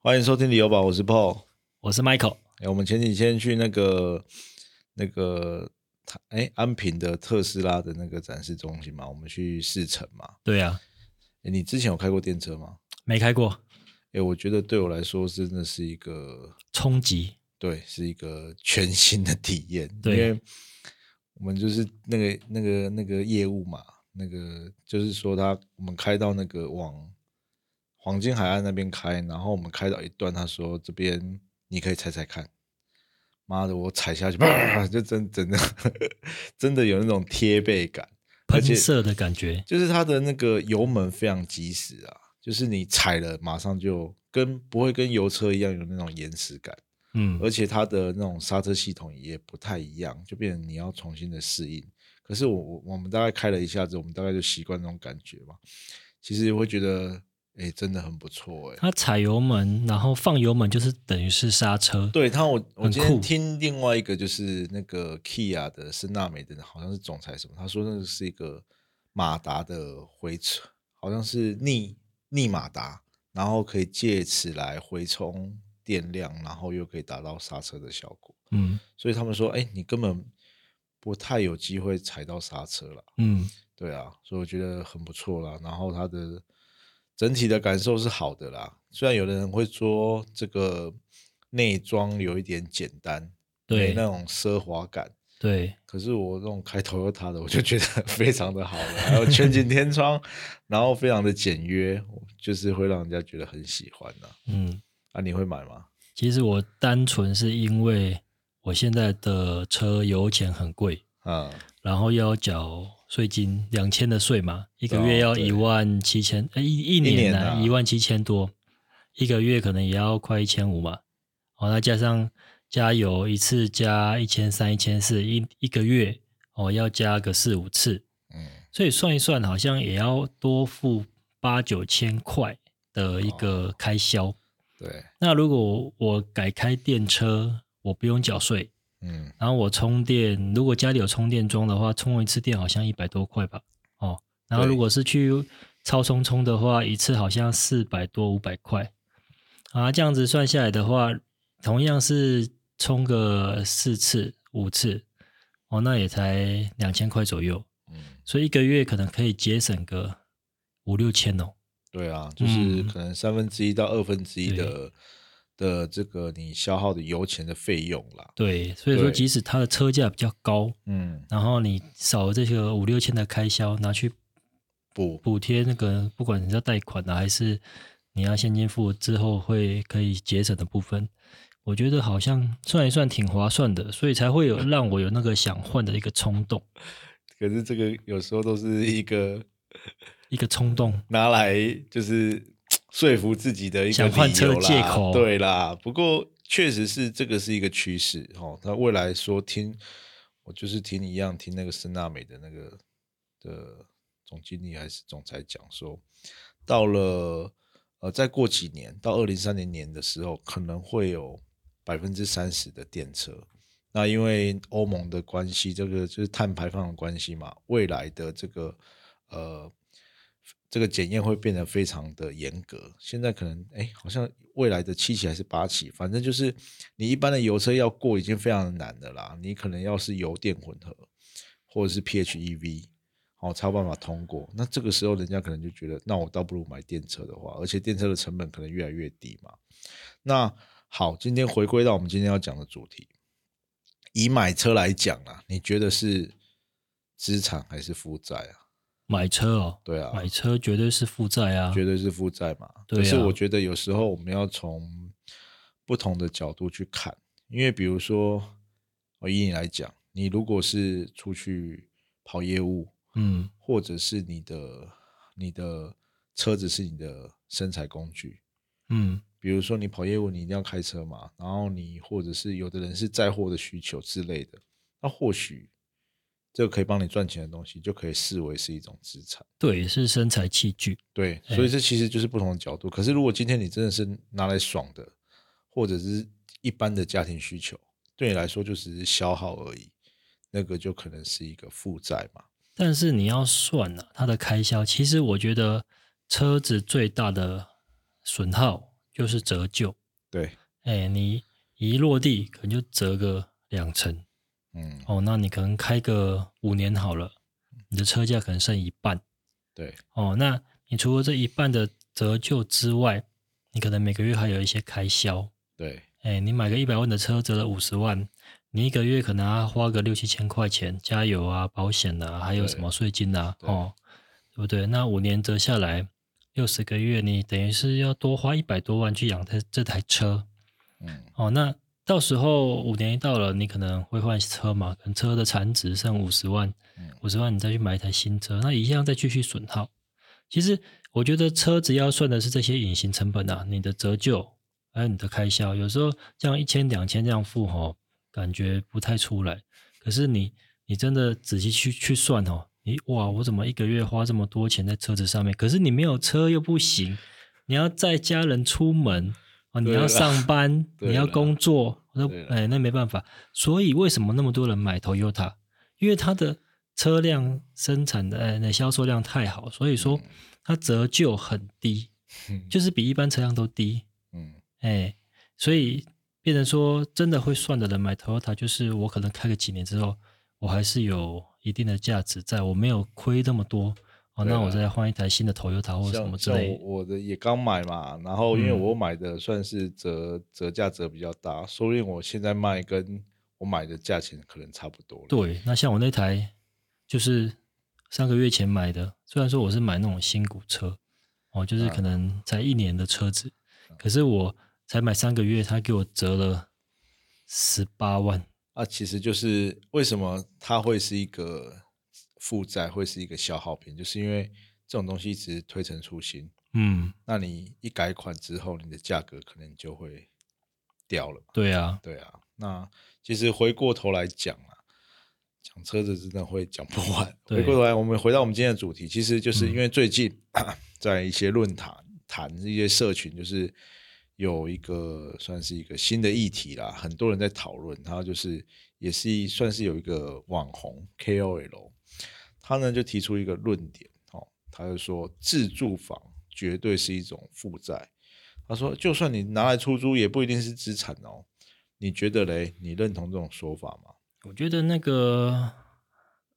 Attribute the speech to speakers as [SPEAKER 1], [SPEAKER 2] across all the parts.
[SPEAKER 1] 欢迎收听旅游宝，我是 Paul。
[SPEAKER 2] 我是 Michael，
[SPEAKER 1] 哎，我们前几天去那个那个台哎安平的特斯拉的那个展示中心嘛，我们去试乘嘛。
[SPEAKER 2] 对啊，
[SPEAKER 1] 哎，你之前有开过电车吗？
[SPEAKER 2] 没开过，
[SPEAKER 1] 哎，我觉得对我来说真的是一个
[SPEAKER 2] 冲击，
[SPEAKER 1] 对，是一个全新的体验。
[SPEAKER 2] 对
[SPEAKER 1] 因为我们就是那个那个那个业务嘛，那个就是说他我们开到那个往黄金海岸那边开，然后我们开到一段，他说这边你可以踩踩看。妈的，我踩下去，啪就真真的 真的有那种贴背感，而
[SPEAKER 2] 喷
[SPEAKER 1] 且
[SPEAKER 2] 射的感觉，
[SPEAKER 1] 就是它的那个油门非常及时啊，就是你踩了马上就跟不会跟油车一样有那种延迟感。
[SPEAKER 2] 嗯，
[SPEAKER 1] 而且它的那种刹车系统也不太一样，就变成你要重新的适应。可是我我我们大概开了一下子，我们大概就习惯那种感觉嘛。其实会觉得，哎、真的很不错、诶哎。
[SPEAKER 2] 它踩油门，然后放油门就是等于是刹车，
[SPEAKER 1] 对他，我我
[SPEAKER 2] 很
[SPEAKER 1] 今天
[SPEAKER 2] 酷
[SPEAKER 1] 听另外一个就是那个 Kia 的森纳美的，好像是总裁什么，他说那个是一个马达的回冲，好像是逆逆马达，然后可以借此来回充电量，然后又可以达到刹车的效果。
[SPEAKER 2] 嗯
[SPEAKER 1] 所以他们说，哎、你根本不太有机会踩到刹车了。
[SPEAKER 2] 嗯，
[SPEAKER 1] 对啊，所以我觉得很不错啦。然后它的整体的感受是好的啦。虽然有的人会说这个内装有一点简单，没
[SPEAKER 2] 对
[SPEAKER 1] 那种奢华感。
[SPEAKER 2] 对，
[SPEAKER 1] 可是我这种开 Toyota 的，我就觉得 非常的好了，还有全景天窗，然后非常的简约，就是会让人家觉得很喜欢呐、啊。
[SPEAKER 2] 嗯，
[SPEAKER 1] 你会买吗？
[SPEAKER 2] 其实我单纯是因为我现在的车油钱很贵，
[SPEAKER 1] 嗯，
[SPEAKER 2] 然后要缴税金两千的税嘛，一个月
[SPEAKER 1] 哦
[SPEAKER 2] 要
[SPEAKER 1] 对
[SPEAKER 2] 一万七千，呃一一
[SPEAKER 1] 年
[SPEAKER 2] 年
[SPEAKER 1] 啊
[SPEAKER 2] 呢一万七千多，一个月可能也要快一千五嘛。哦，那加上加油一次加一千三、一千四，一一个月哦要加个四五次，
[SPEAKER 1] 嗯，
[SPEAKER 2] 所以算一算好像也要多付八九千块的一个
[SPEAKER 1] 哦
[SPEAKER 2] 开销。
[SPEAKER 1] 对，
[SPEAKER 2] 那如果我改开电车，我不用缴税，
[SPEAKER 1] 嗯，
[SPEAKER 2] 然后我充电，如果家里有充电桩的话，充一次电好像一百多块吧，哦，然后
[SPEAKER 1] 对
[SPEAKER 2] 如果是去超充充的话，一次好像四百多五百块，啊，这样子算下来的话，同样是充个四次五次，哦，那也才两千块左右，
[SPEAKER 1] 嗯。
[SPEAKER 2] 所以一个月可能可以节省个五六千哦，
[SPEAKER 1] 对啊，就是
[SPEAKER 2] 嗯
[SPEAKER 1] 可能三分之一到二分之一
[SPEAKER 2] 对
[SPEAKER 1] 的的这个你消耗的油钱的费用啦。
[SPEAKER 2] 对，所以说
[SPEAKER 1] 对
[SPEAKER 2] 即使它的车价比较高，
[SPEAKER 1] 嗯，
[SPEAKER 2] 然后你少了这个五六千的开销，拿去
[SPEAKER 1] 不，
[SPEAKER 2] 补贴那个，不管你要贷款的、啊还是你要现金付，之后会可以节省的部分，我觉得好像算一算挺划算的，所以才会有让我有那个想换的一个冲动，
[SPEAKER 1] 可是这个有时候都是一个
[SPEAKER 2] 一个冲动。
[SPEAKER 1] 拿来就是说服自己的一个
[SPEAKER 2] 想换车的
[SPEAKER 1] 理由啦
[SPEAKER 2] 借口
[SPEAKER 1] 对啦，不过确实是这个是一个趋势哦。那未来说听，我就是听一样听那个森纳美的那个的总经理还是总裁讲说，到了呃再过几年，到二零三零年的时候，可能会有百分之三十的电车。那因为欧盟的关系，这个就是碳排放的关系嘛，未来的这个呃这个检验会变得非常的严格。现在可能哎，好像未来的七期还是八期，反正就是你一般的油车要过已经非常的难的啦，你可能要是油电混合或者是 PHEV。哦，才有办法通过。那这个时候，人家可能就觉得，那我倒不如买电车的话，而且电车的成本可能越来越低嘛。那好，今天回归到我们今天要讲的主题，以买车来讲啊，你觉得是资产还是负债啊？
[SPEAKER 2] 买车哦，
[SPEAKER 1] 对啊，
[SPEAKER 2] 买车绝对是负债啊，
[SPEAKER 1] 绝对是负债嘛。
[SPEAKER 2] 对啊
[SPEAKER 1] 可是我觉得有时候我们要从不同的角度去看，因为比如说，哦以你来讲，你如果是出去跑业务，
[SPEAKER 2] 嗯，
[SPEAKER 1] 或者是你的你的车子是你的生财工具，
[SPEAKER 2] 嗯，
[SPEAKER 1] 比如说你跑业务，你一定要开车嘛，然后你或者是有的人是载货的需求之类的，那或许这个可以帮你赚钱的东西，就可以视为是一种资产。
[SPEAKER 2] 对，是身材器具，
[SPEAKER 1] 对，
[SPEAKER 2] 哎
[SPEAKER 1] 所以这其实就是不同的角度。可是如果今天你真的是拿来爽的，或者是一般的家庭需求，对你来说就只是消耗而已，那个就可能是一个负债嘛。
[SPEAKER 2] 但是你要算啊，它的开销，其实我觉得车子最大的损耗就是折旧，
[SPEAKER 1] 对，
[SPEAKER 2] 哎，你一落地可能就折个两成
[SPEAKER 1] 嗯，
[SPEAKER 2] 哦，那你可能开个五年好了，你的车价可能剩一半
[SPEAKER 1] 对，
[SPEAKER 2] 哦。那你除了这一半的折旧之外，你可能每个月还有一些开销，
[SPEAKER 1] 对，
[SPEAKER 2] 哎，你买个一百万的车折了五十万，你一个月可能要花个六七千块钱，加油啊、保险啊，还有什么税金啊，
[SPEAKER 1] 对
[SPEAKER 2] 哦，对不对？那五年折下来，六十个月，你等于是要多花一百多万去养这这台车，
[SPEAKER 1] 嗯，
[SPEAKER 2] 哦，那到时候五年一到了，你可能会换车嘛，可能车的残值剩五十万
[SPEAKER 1] 嗯，
[SPEAKER 2] 五十万你再去买一台新车，那一样再继续损耗。其实我觉得车只要算的是这些隐形成本啊，你的折旧还有你的开销，有时候这样一千两千这样付吼、感觉不太出来。可是你你真的仔细去去算哦，你哇，我怎么一个月花这么多钱在车子上面？可是你没有车又不行，你要载家人出门哦，你
[SPEAKER 1] 对啊
[SPEAKER 2] 要
[SPEAKER 1] 啦
[SPEAKER 2] 上班，
[SPEAKER 1] 对
[SPEAKER 2] 你要
[SPEAKER 1] 啦
[SPEAKER 2] 工作，那
[SPEAKER 1] 对啦
[SPEAKER 2] 哎那没办法。所以为什么那么多人买 Toyota？因为它的车辆生产的呃那销售量太好，所以说它折旧很低，
[SPEAKER 1] 嗯
[SPEAKER 2] 就是比一般车辆都低。
[SPEAKER 1] 嗯，
[SPEAKER 2] 哎，所以变成说，真的会算的人买 Toyota，就是我可能开个几年之后，我还是有一定的价值在，我没有亏那么多哦，
[SPEAKER 1] 对
[SPEAKER 2] 那我
[SPEAKER 1] 啦
[SPEAKER 2] 再换一台新的 Toyota 哦或者什
[SPEAKER 1] 像
[SPEAKER 2] 么之
[SPEAKER 1] 像
[SPEAKER 2] 类
[SPEAKER 1] 我
[SPEAKER 2] 的。
[SPEAKER 1] 我的也刚买嘛，然后因为
[SPEAKER 2] 嗯
[SPEAKER 1] 我买的算是折折价折比较大，说不定我现在卖跟我买的价钱可能差不多了。
[SPEAKER 2] 对，那像我那台就是三个月前买的，虽然说我是买那种新古车，哦，就是
[SPEAKER 1] 嗯
[SPEAKER 2] 可能才一年的车子，可是我才买三个月，他给我折了十八万。
[SPEAKER 1] 啊，其实就是为什么它会是一个负债，会是一个消耗品，就是因为这种东西一直推陈出新。
[SPEAKER 2] 嗯，
[SPEAKER 1] 那你一改款之后，你的价格可能就会掉了嘛。
[SPEAKER 2] 对啊，
[SPEAKER 1] 对啊，那其实回过头来讲啊，讲车子真的会讲不完。
[SPEAKER 2] 对
[SPEAKER 1] 回过头来，我们回到我们今天的主题，其实就是
[SPEAKER 2] 嗯
[SPEAKER 1] 因为最近、 在一些论坛谈一些社群，就是有一个算是一个新的议题啦，很多人在讨论，然后就是也是一算是有一个网红 KOL，他呢就提出一个论点哦，他就说自住房绝对是一种负债。他说，就算你拿来出租，也不一定是资产哦。你觉得嘞？你认同这种说法吗？
[SPEAKER 2] 我觉得那个，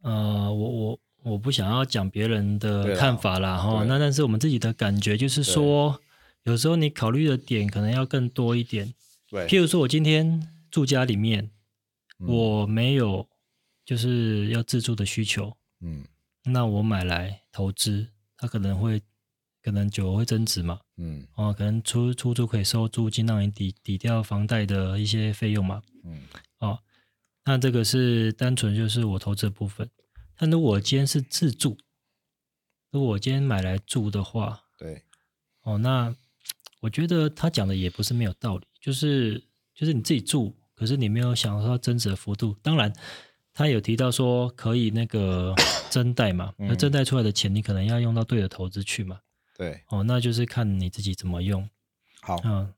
[SPEAKER 2] 呃，我我我不想要讲别人
[SPEAKER 1] 对
[SPEAKER 2] 的
[SPEAKER 1] 啦
[SPEAKER 2] 看法啦，哈。
[SPEAKER 1] 对
[SPEAKER 2] 那但是我们自己的感觉就是说，有时候你考虑的点可能要更多一点。
[SPEAKER 1] 对
[SPEAKER 2] 譬如说，我今天住家里面，
[SPEAKER 1] 嗯
[SPEAKER 2] 我没有就是要自住的需求，
[SPEAKER 1] 嗯
[SPEAKER 2] 那我买来投资，它可能会可能久了会增值嘛，
[SPEAKER 1] 嗯
[SPEAKER 2] 哦，可能出出租可以收租金，让你抵抵掉房贷的一些费用嘛。
[SPEAKER 1] 嗯
[SPEAKER 2] 哦，那这个是单纯就是我投资的部分。但如果我今天是自住，如果我今天买来住的话，
[SPEAKER 1] 对
[SPEAKER 2] 哦，那我觉得他讲的也不是没有道理，就是就是你自己住，可是你没有享受到增值的幅度。当然，他有提到说可以那 个增贷嘛，那
[SPEAKER 1] 嗯
[SPEAKER 2] 增贷出来的钱你可能要用到对的投资去嘛。
[SPEAKER 1] 对，
[SPEAKER 2] 哦，那就是看你自己怎么用。
[SPEAKER 1] 好，
[SPEAKER 2] 嗯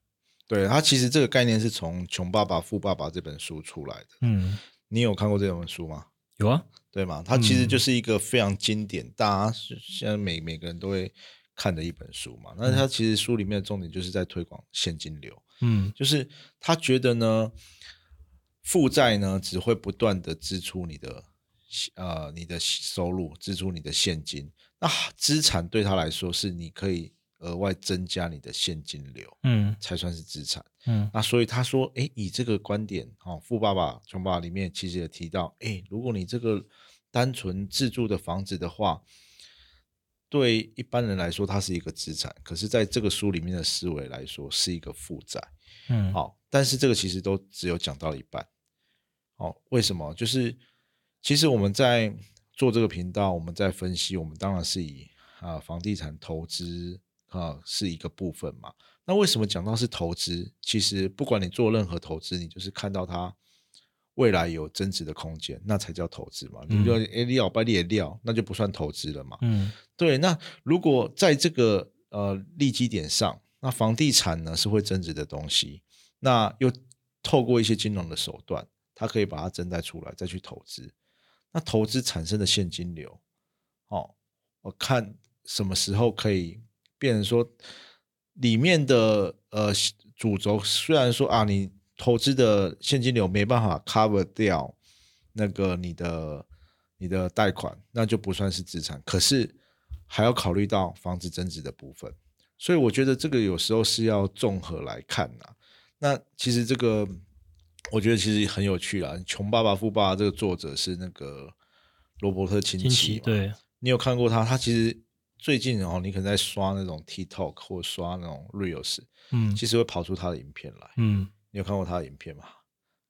[SPEAKER 1] 对它其实这个概念是从《穷爸爸富爸爸》这本书出来的。
[SPEAKER 2] 嗯，
[SPEAKER 1] 你有看过这本书吗？
[SPEAKER 2] 有啊，
[SPEAKER 1] 对吗？它其实
[SPEAKER 2] 嗯
[SPEAKER 1] 就是一个非常经典，大家是现在每每个人都会看的一本书嘛。那它其实书里面的重点就是在推广现金流。
[SPEAKER 2] 嗯
[SPEAKER 1] 就是他觉得呢，负债呢只会不断的支出你的呃你的收入，支出你的现金。那资产对他来说是你可以额外增加你的现金流，
[SPEAKER 2] 嗯
[SPEAKER 1] 才算是资产。
[SPEAKER 2] 嗯
[SPEAKER 1] 那所以他说，诶，以这个观点，哦，《富爸爸穷爸爸》里面其实也提到，诶，如果你这个单纯自住的房子的话，对一般人来说它是一个资产，可是在这个书里面的思维来说是一个负债。
[SPEAKER 2] 嗯，
[SPEAKER 1] 好，但是这个其实都只有讲到一半。哦，为什么？就是其实我们在做这个频道，我们在分析，我们当然是以啊、房地产投资啊、是一个部分嘛。那为什么讲到是投资？其实不管你做任何投资，你就是看到它未来有增值的空间，那才叫投资嘛。你就哎料把你也料，那就不算投资了嘛。
[SPEAKER 2] 嗯
[SPEAKER 1] 对，那如果在这个呃利基点上，那房地产呢是会增值的东西，那又透过一些金融的手段，它可以把它增贷出来，再去投资。那投资产生的现金流，哦，我看什么时候可以变成说，里面的呃主轴虽然说啊，你投资的现金流没办法 cover 掉那个你的你的贷款，那就不算是资产，可是还要考虑到房子增值的部分，所以我觉得这个有时候是要综合来看呐、那其实这个我觉得其实很有趣啦，《穷爸爸富爸爸》这个作者是那个罗伯特清
[SPEAKER 2] 近
[SPEAKER 1] 崎
[SPEAKER 2] 期
[SPEAKER 1] 嘛，
[SPEAKER 2] 对，
[SPEAKER 1] 你有看过他？他其实最近哦，你可能在刷那种 TikTok 或刷那种 Reels，
[SPEAKER 2] 嗯
[SPEAKER 1] 其实会跑出他的影片来。
[SPEAKER 2] 嗯，
[SPEAKER 1] 你有看过他的影片吗？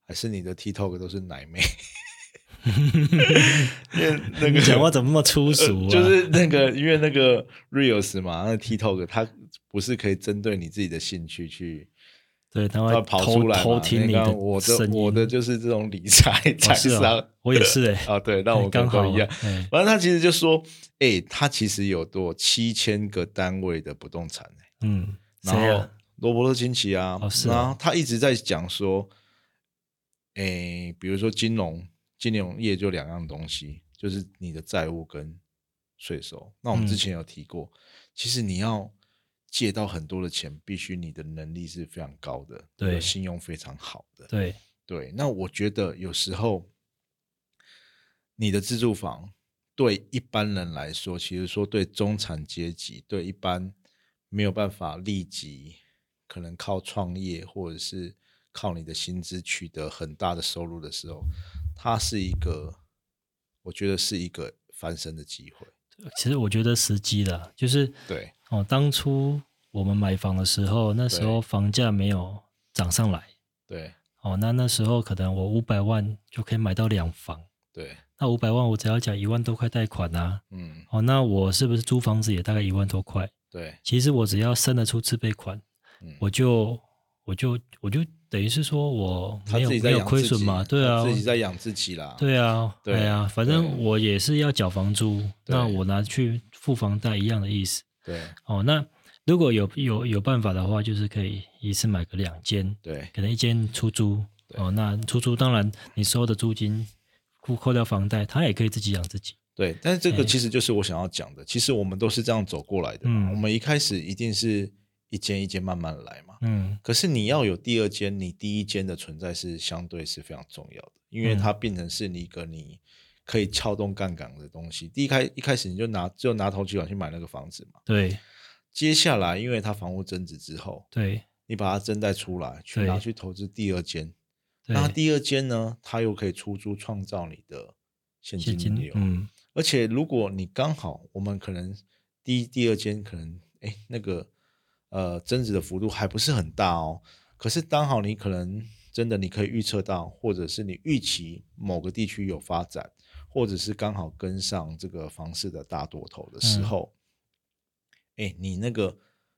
[SPEAKER 1] 还是你的 TikTok 都是奶妹？ 因为那
[SPEAKER 2] 你
[SPEAKER 1] 个
[SPEAKER 2] 讲话怎么那么粗
[SPEAKER 1] 呃
[SPEAKER 2] 俗啊？
[SPEAKER 1] 就是那个，因为那个 Reels 嘛，那个 TikTok 它不是可以针对你自己的兴趣去，
[SPEAKER 2] 对，他
[SPEAKER 1] 它
[SPEAKER 2] 会
[SPEAKER 1] 跑
[SPEAKER 2] 偷
[SPEAKER 1] 出来嘛
[SPEAKER 2] 偷听
[SPEAKER 1] 那
[SPEAKER 2] 你的
[SPEAKER 1] 看我的
[SPEAKER 2] 声音
[SPEAKER 1] 我的就是这种理财财
[SPEAKER 2] 哦是
[SPEAKER 1] 商、
[SPEAKER 2] 啊，我也 是哎，
[SPEAKER 1] 啊，对，那我跟
[SPEAKER 2] 刚好
[SPEAKER 1] 都一样。
[SPEAKER 2] 哎，
[SPEAKER 1] 反正他其实就说，哎、他其实有多七千个单位的不动产、欸、
[SPEAKER 2] 嗯，谁
[SPEAKER 1] 然后
[SPEAKER 2] 呀？
[SPEAKER 1] 罗伯特清崎啊，
[SPEAKER 2] 哦是啊
[SPEAKER 1] 然后他一直在讲说，哎、比如说金融，金融业就两样东西，就是你的债务跟税收。那我们
[SPEAKER 2] 嗯
[SPEAKER 1] 之前有提过，其实你要借到很多的钱，必须你的能力是非常高的，你的
[SPEAKER 2] 对
[SPEAKER 1] 信用非常好的，
[SPEAKER 2] 对，
[SPEAKER 1] 对，那我觉得有时候你的自住房对一般人来说，其实说对中产阶级，对一般没有办法立即可能靠创业或者是靠你的薪资取得很大的收入的时候，它是一个，我觉得是一个翻身的机会。
[SPEAKER 2] 其实我觉得时机的，就是
[SPEAKER 1] 对
[SPEAKER 2] 哦，当初我们买房的时候，那时候房价没有涨上来，
[SPEAKER 1] 对
[SPEAKER 2] 哦，那那时候可能我五百万就可以买到两房，
[SPEAKER 1] 对，
[SPEAKER 2] 那五百万我只要缴一万多块贷款啊，
[SPEAKER 1] 嗯，
[SPEAKER 2] 哦，那我是不是租房子也大概一万多块？
[SPEAKER 1] 对，
[SPEAKER 2] 其实我只要生得出自备款，
[SPEAKER 1] 嗯，
[SPEAKER 2] 我就我就我就等于是说我
[SPEAKER 1] 他
[SPEAKER 2] 没有
[SPEAKER 1] 自己在
[SPEAKER 2] 没有
[SPEAKER 1] 养
[SPEAKER 2] 亏
[SPEAKER 1] 自
[SPEAKER 2] 损
[SPEAKER 1] 己
[SPEAKER 2] 嘛，对啊
[SPEAKER 1] 他，自己在养自己啦。
[SPEAKER 2] 对啊，
[SPEAKER 1] 对
[SPEAKER 2] 对啊，反正
[SPEAKER 1] 对
[SPEAKER 2] 我也是要缴房租，
[SPEAKER 1] 对
[SPEAKER 2] 那我拿去付房贷一样的意思。
[SPEAKER 1] 对
[SPEAKER 2] 哦，那如果有有有办法的话，就是可以一次买个两间，
[SPEAKER 1] 对
[SPEAKER 2] 可能一间出租。
[SPEAKER 1] 对
[SPEAKER 2] 哦，那出租当然你收的租金扣扣掉房贷，他也可以自己养自己。
[SPEAKER 1] 对，但是这个
[SPEAKER 2] 哎
[SPEAKER 1] 其实就是我想要讲的。其实我们都是这样走过来的嘛。
[SPEAKER 2] 嗯
[SPEAKER 1] 我们一开始一定是一间一间慢慢来嘛。
[SPEAKER 2] 嗯，
[SPEAKER 1] 可是你要有第二间，你第一间的存在是相对是非常重要的，因为
[SPEAKER 2] 嗯
[SPEAKER 1] 它变成是你一个你可以撬动杠杆的东西。第一开一开始你就拿就拿头期款去买那个房子嘛。
[SPEAKER 2] 对
[SPEAKER 1] 接下来，因为它房屋增值之后，
[SPEAKER 2] 对
[SPEAKER 1] 你把它增贷出来，去
[SPEAKER 2] 对
[SPEAKER 1] 拿去投资第二间。
[SPEAKER 2] 对，
[SPEAKER 1] 那第二间呢，它又可以出租，创造你的现金
[SPEAKER 2] 现金
[SPEAKER 1] 流。
[SPEAKER 2] 嗯
[SPEAKER 1] 而且如果你刚好，我们可能第一、第二间可能哎那个呃增值的幅度还不是很大哦，可是刚好你可能真的你可以预测到，或者是你预期某个地区有发展，或者是刚好跟上这个房市的大多头的时
[SPEAKER 2] 嗯
[SPEAKER 1] 候，哎、你那个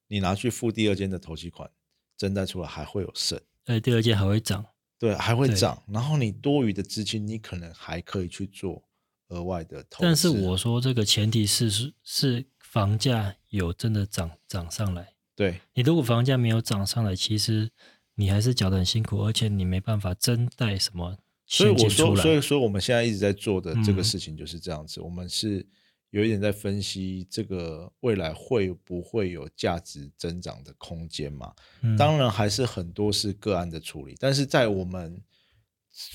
[SPEAKER 1] 你拿去付第二间的投期款，增贷出来还会有剩。
[SPEAKER 2] 哎，第二间还会涨。
[SPEAKER 1] 对，还会
[SPEAKER 2] 对
[SPEAKER 1] 涨。然后你多余的资金，你可能还可以去做额外的投资。
[SPEAKER 2] 但是我说这个前提是是是房价有真的涨涨上来。
[SPEAKER 1] 对
[SPEAKER 2] 你如果房价没有涨上来，其实你还是缴得很辛苦，而且你没办法真贷什么
[SPEAKER 1] 所以
[SPEAKER 2] 现
[SPEAKER 1] 我
[SPEAKER 2] 金
[SPEAKER 1] 说，
[SPEAKER 2] 出
[SPEAKER 1] 所以
[SPEAKER 2] 来。
[SPEAKER 1] 说我们现在一直在做的这个
[SPEAKER 2] 嗯
[SPEAKER 1] 事情就是这样子，我们是有一点在分析这个未来会不会有价值增长的空间嘛？
[SPEAKER 2] 嗯
[SPEAKER 1] 当然还是很多是个案的处理，但是在我们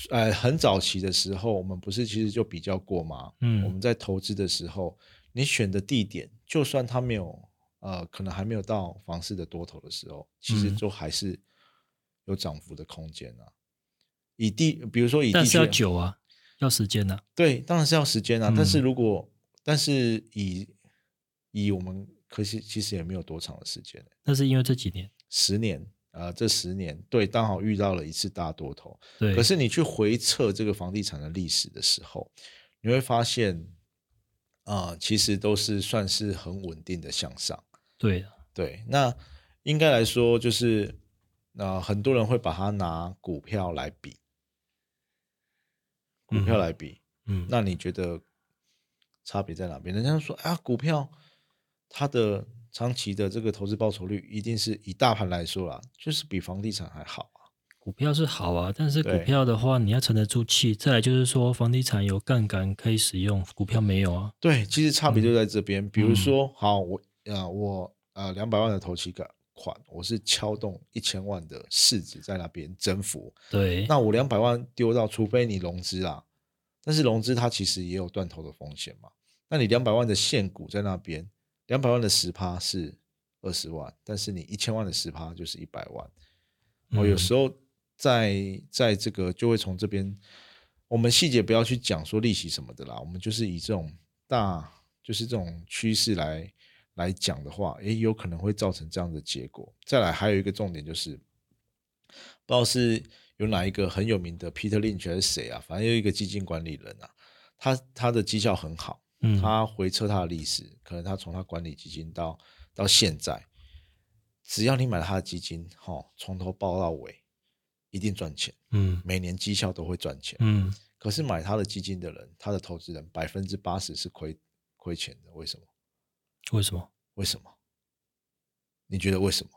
[SPEAKER 1] 呃很早期的时候，我们不是其实就比较过吗？
[SPEAKER 2] 嗯
[SPEAKER 1] 我们在投资的时候，你选的地点，就算它没有呃，可能还没有到房市的多头的时候，其实
[SPEAKER 2] 嗯
[SPEAKER 1] 都还是有涨幅的空间啊。以地，比如说以地
[SPEAKER 2] 但是
[SPEAKER 1] 区
[SPEAKER 2] 要
[SPEAKER 1] 来，
[SPEAKER 2] 久啊，要时间呐、啊。
[SPEAKER 1] 对，当然是要时间啊。
[SPEAKER 2] 嗯
[SPEAKER 1] 但是如果，但是以以我们可惜其实也没有多长的时间、欸
[SPEAKER 2] 那是因为这几年，
[SPEAKER 1] 十年啊、呃这十年对，刚好遇到了一次大多头。
[SPEAKER 2] 对，
[SPEAKER 1] 可是你去回测这个房地产的历史的时候，你会发现，啊、其实都是算是很稳定的向上。
[SPEAKER 2] 对啊
[SPEAKER 1] 对，那应该来说就是，那、很多人会把它拿股票来比，股票
[SPEAKER 2] 嗯
[SPEAKER 1] 来比。
[SPEAKER 2] 嗯，
[SPEAKER 1] 那你觉得差别在哪边？人家说啊，股票它的长期的这个投资报酬率一定是以大盘来说啦，就是比房地产还好啊。
[SPEAKER 2] 股票是好啊，但是股
[SPEAKER 1] 对
[SPEAKER 2] 票的话，你要沉得住气。再来就是说，房地产有杠杆可以使用，股票没有啊。
[SPEAKER 1] 对，其实差别就在这边。比如
[SPEAKER 2] 嗯
[SPEAKER 1] 说，好，我呃我呃两百万的投期款款，我是敲动一千万的市值在那边征服。
[SPEAKER 2] 对，
[SPEAKER 1] 那我两百万丢到，除非你融资啦，但是融资它其实也有断头的风险嘛。那你两百万的现股在那边，两百万的十趴是二十万，但是你一千万的十趴就是一百万。哦，有
[SPEAKER 2] 嗯
[SPEAKER 1] 时候在在这个就会从这边，我们细节不要去讲说利息什么的啦，我们就是以这种大就是这种趋势来来讲的话，诶，有可能会造成这样的结果。再来还有一个重点就是，不知道是有哪一个很有名的 Peter Lynch 还是谁啊，反正有一个基金管理人啊，他他的绩效很好，
[SPEAKER 2] 嗯，
[SPEAKER 1] 他回测他的历史，可能他从他管理基金到到现在，只要你买了他的基金，哈、从头报到尾，一定赚钱，
[SPEAKER 2] 嗯
[SPEAKER 1] 每年绩效都会赚钱。
[SPEAKER 2] 嗯，
[SPEAKER 1] 可是买他的基金的人，他的投资人百分之八十是亏亏钱的，为什么？
[SPEAKER 2] 为什么？
[SPEAKER 1] 为什么？你觉得为什么？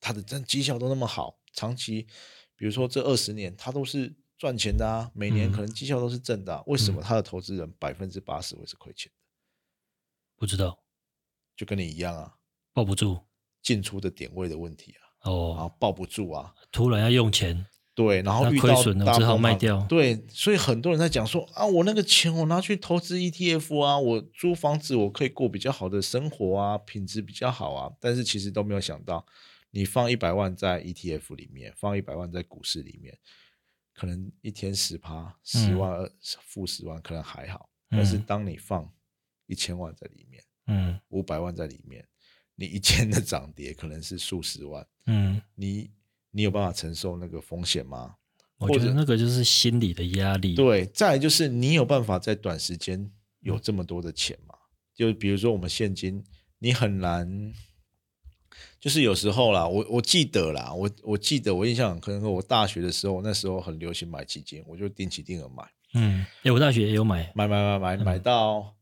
[SPEAKER 1] 他的真绩效都那么好，长期，比如说这二十年，他都是赚钱的啊，每年
[SPEAKER 2] 嗯
[SPEAKER 1] 可能绩效都是正的啊、为什么
[SPEAKER 2] 嗯
[SPEAKER 1] 他的投资人百分之八十会是亏钱的？
[SPEAKER 2] 不知道，
[SPEAKER 1] 就跟你一样啊，
[SPEAKER 2] 抱不住
[SPEAKER 1] 进出的点位的问题啊，然
[SPEAKER 2] 哦
[SPEAKER 1] 后，抱不住啊，
[SPEAKER 2] 突然要用钱，
[SPEAKER 1] 对，然后
[SPEAKER 2] 那
[SPEAKER 1] 遇
[SPEAKER 2] 亏
[SPEAKER 1] 到
[SPEAKER 2] 损了
[SPEAKER 1] 大
[SPEAKER 2] 只好
[SPEAKER 1] 崩
[SPEAKER 2] 卖
[SPEAKER 1] 盘
[SPEAKER 2] 掉
[SPEAKER 1] 对，所以很多人在讲说啊，我那个钱我拿去投资 ETF 啊，我租房子我可以过比较好的生活啊，品质比较好啊，但是其实都没有想到，你放一百万在 ETF 里面，放一百万在股市里面，可能一天十趴，十
[SPEAKER 2] 嗯
[SPEAKER 1] 万、二负十万可能还好，但是
[SPEAKER 2] 嗯
[SPEAKER 1] 当你放一千万在里面，
[SPEAKER 2] 嗯
[SPEAKER 1] 五百万在里面，你一天的涨跌可能是数十万，
[SPEAKER 2] 嗯，
[SPEAKER 1] 你你有办法承受那个风险吗？
[SPEAKER 2] 我
[SPEAKER 1] 或
[SPEAKER 2] 觉得
[SPEAKER 1] 者
[SPEAKER 2] 那个就是心理的压力，啊
[SPEAKER 1] 对，再来就是你有办法在短时间有这么多的钱吗？就比如说我们现金，你很难，就是有时候啦，我我记得啦，我我记得我印象很深刻，我大学的时候那时候很流行买基金，我就定期定额买，
[SPEAKER 2] 嗯，哎，我大学也有买，
[SPEAKER 1] 买买买买买到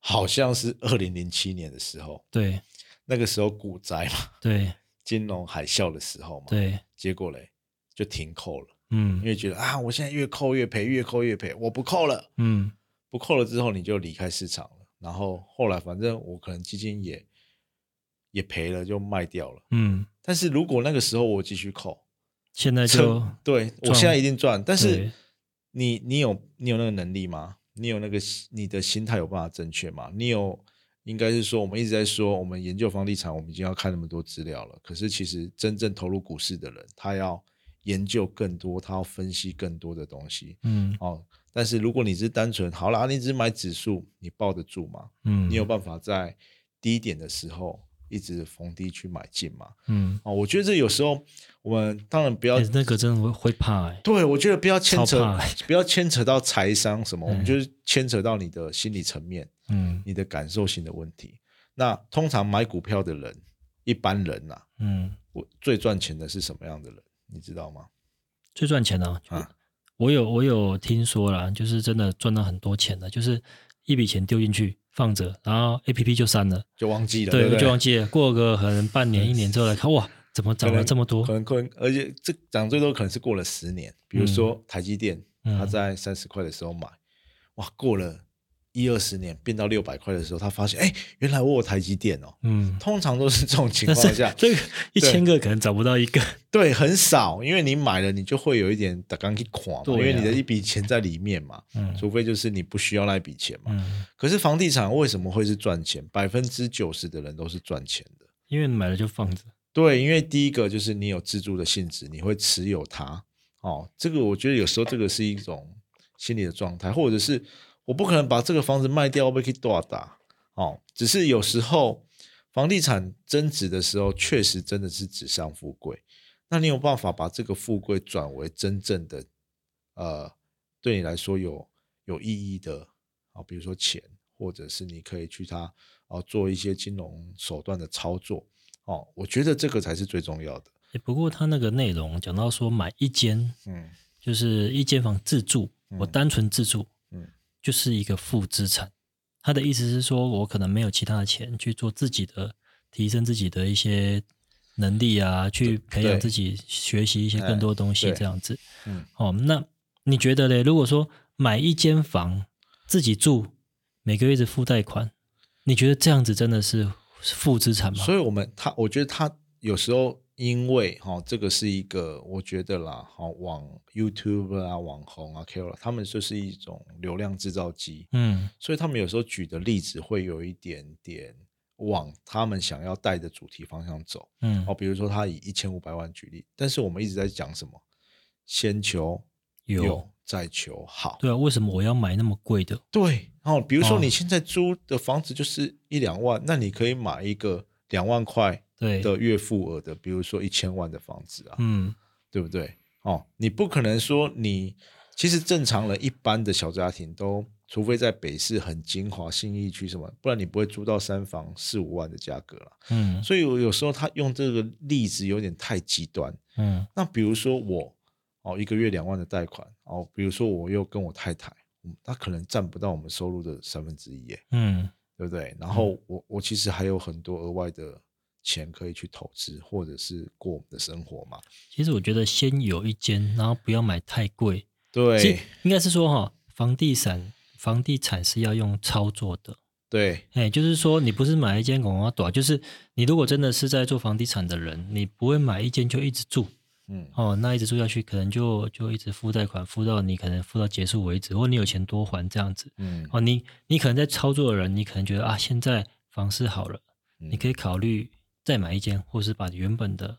[SPEAKER 1] 好像是二零零七年的时候，
[SPEAKER 2] 对
[SPEAKER 1] 那个时候股灾嘛，
[SPEAKER 2] 对
[SPEAKER 1] 金融海啸的时候嘛，
[SPEAKER 2] 对，
[SPEAKER 1] 结果嘞就停扣了，因
[SPEAKER 2] 嗯
[SPEAKER 1] 为觉得啊，我现在越扣越赔，越扣越赔，我不扣了。
[SPEAKER 2] 嗯
[SPEAKER 1] 不扣了之后你就离开市场了。然后后来反正我可能基金也也赔了，就卖掉了。
[SPEAKER 2] 嗯，
[SPEAKER 1] 但是如果那个时候我继续扣，
[SPEAKER 2] 现在就
[SPEAKER 1] 趁对我
[SPEAKER 2] 赚
[SPEAKER 1] 现在一定赚。但是
[SPEAKER 2] 对
[SPEAKER 1] 你你有你有那个能力吗？你有那个你的心态有办法正确吗？你有应该是说我们一直在说我们研究房地产，我们已经要看那么多资料了。可是其实真正投入股市的人，他要研究更多，他要分析更多的东西。
[SPEAKER 2] 嗯
[SPEAKER 1] 哦，但是如果你是单纯好啦，你只买指数，你抱得住吗？
[SPEAKER 2] 嗯，
[SPEAKER 1] 你有办法在低点的时候一直逢低去买进吗？
[SPEAKER 2] 嗯，
[SPEAKER 1] 哦，我觉得这有时候我们当然不要，
[SPEAKER 2] 诶那个真的会会怕哎，
[SPEAKER 1] 对我觉得不要牵扯
[SPEAKER 2] 超怕欸，
[SPEAKER 1] 不要牵扯到财商什么，我们
[SPEAKER 2] 嗯
[SPEAKER 1] 就是牵扯到你的心理层面，
[SPEAKER 2] 嗯
[SPEAKER 1] 你的感受性的问题。那通常买股票的人，一般人呐、
[SPEAKER 2] 嗯，
[SPEAKER 1] 我最赚钱的是什么样的人？你知道吗？
[SPEAKER 2] 最赚钱的、
[SPEAKER 1] 啊
[SPEAKER 2] 我有我有听说啦，就是真的赚到很多钱的，就是一笔钱丢进去放着，然后 A P P 就删了，
[SPEAKER 1] 就忘记了，对
[SPEAKER 2] 对，
[SPEAKER 1] 不对，
[SPEAKER 2] 就忘记了。过个可能半年一年之后来看，哇，怎么涨
[SPEAKER 1] 可
[SPEAKER 2] 了
[SPEAKER 1] 能
[SPEAKER 2] 这么多
[SPEAKER 1] 可？能可能，而且这涨最多可能是过了十年，比如说台积电，
[SPEAKER 2] 嗯
[SPEAKER 1] 它在三十块的时候买，哇，过了一二十年变到六百块的时候，他发现，哎，原来我有台积电哦。
[SPEAKER 2] 嗯，
[SPEAKER 1] 通常都是这种情
[SPEAKER 2] 但是
[SPEAKER 1] 况下，
[SPEAKER 2] 这个一千个可能找不到一个，
[SPEAKER 1] 对，很少，因为你买了，你就会有一点打刚去垮嘛，
[SPEAKER 2] 对啊
[SPEAKER 1] 因为你的一笔钱在里面嘛，
[SPEAKER 2] 嗯
[SPEAKER 1] 除非就是你不需要那笔钱嘛。
[SPEAKER 2] 嗯，
[SPEAKER 1] 可是房地产为什么会是赚钱？百分之九十的人都是赚钱的。
[SPEAKER 2] 因为你买了就放着，
[SPEAKER 1] 对，因为第一个就是你有自住的性质，你会持有它。哦，这个我觉得有时候这个是一种心理的状态，或者是我不可能把这个房子卖掉，被可以多打。哦，只是有时候房地产增值的时候，确实真的是纸上富贵。那你有办法把这个富贵转为真正的，呃，对你来说有有意义的啊、比如说钱，或者是你可以去它啊、做一些金融手段的操作。哦，我觉得这个才是最重要的。
[SPEAKER 2] 诶欸不过他那个内容讲到说买一间
[SPEAKER 1] 嗯
[SPEAKER 2] 就是一间房自住，
[SPEAKER 1] 嗯
[SPEAKER 2] 我单纯自住，
[SPEAKER 1] 嗯
[SPEAKER 2] 就是一个负资产。他的意思是说，我可能没有其他的钱去做自己的提升自己的一些能力啊，去培养
[SPEAKER 1] 对
[SPEAKER 2] 自己学习一些
[SPEAKER 1] 哎
[SPEAKER 2] 更多东西
[SPEAKER 1] 对
[SPEAKER 2] 这样子。
[SPEAKER 1] 嗯，
[SPEAKER 2] 哦，那你觉得嘞？如果说买一间房自己住，每个月一直付贷款，你觉得这样子真的是负资产吗？
[SPEAKER 1] 嗯所以我们他，我觉得他有时候因为哈、这个是一个我觉得啦，好、网 YouTube 啊、网红啊、KOL，他们就是一种流量制造机，
[SPEAKER 2] 嗯
[SPEAKER 1] 所以他们有时候举的例子会有一点点往他们想要带的主题方向走。
[SPEAKER 2] 嗯
[SPEAKER 1] 哦，，比如说他以一千五百万举例，但是我们一直在讲什么？先求
[SPEAKER 2] 有
[SPEAKER 1] 有再求好。
[SPEAKER 2] 对啊，为什么我要买那么贵的？
[SPEAKER 1] 对，哦，比如说
[SPEAKER 2] 哦
[SPEAKER 1] 你现在租的房子就是一两万，那你可以买一个两万块
[SPEAKER 2] 对，
[SPEAKER 1] 的月付额的，比如说一千万的房子啊，
[SPEAKER 2] 嗯
[SPEAKER 1] 对不对？哦，你不可能说你其实正常人一般的小家庭都，除非在北市很精华信义区什么，不然你不会租到三房四五万的价格了。
[SPEAKER 2] 嗯
[SPEAKER 1] 所以我有时候他用这个例子有点太极端。
[SPEAKER 2] 嗯
[SPEAKER 1] 那比如说我哦，一个月两万的贷款哦，比如说我又跟我太太，嗯，她可能占不到我们收入的三分之一耶，
[SPEAKER 2] 嗯
[SPEAKER 1] 对不对？然后我我其实还有很多额外的钱可以去投资，或者是过我们的生活嘛。
[SPEAKER 2] 其实我觉得先有一间，然后不要买太贵。其
[SPEAKER 1] 对
[SPEAKER 2] 实应该是说哈，房地产房地产是要用操作的。
[SPEAKER 1] 对
[SPEAKER 2] 哎，就是说你不是买一间广告短，就是你如果真的是在做房地产的人，你不会买一间就一直住
[SPEAKER 1] 嗯
[SPEAKER 2] 哦，那一直住下去，可能就就一直付贷款，付到你可能付到结束为止，或你有钱多还这样子。
[SPEAKER 1] 嗯，
[SPEAKER 2] 哦，你你可能在操作的人，你可能觉得啊，现在房市好了，你可
[SPEAKER 1] 以
[SPEAKER 2] 以考虑再买一间，或是把原本的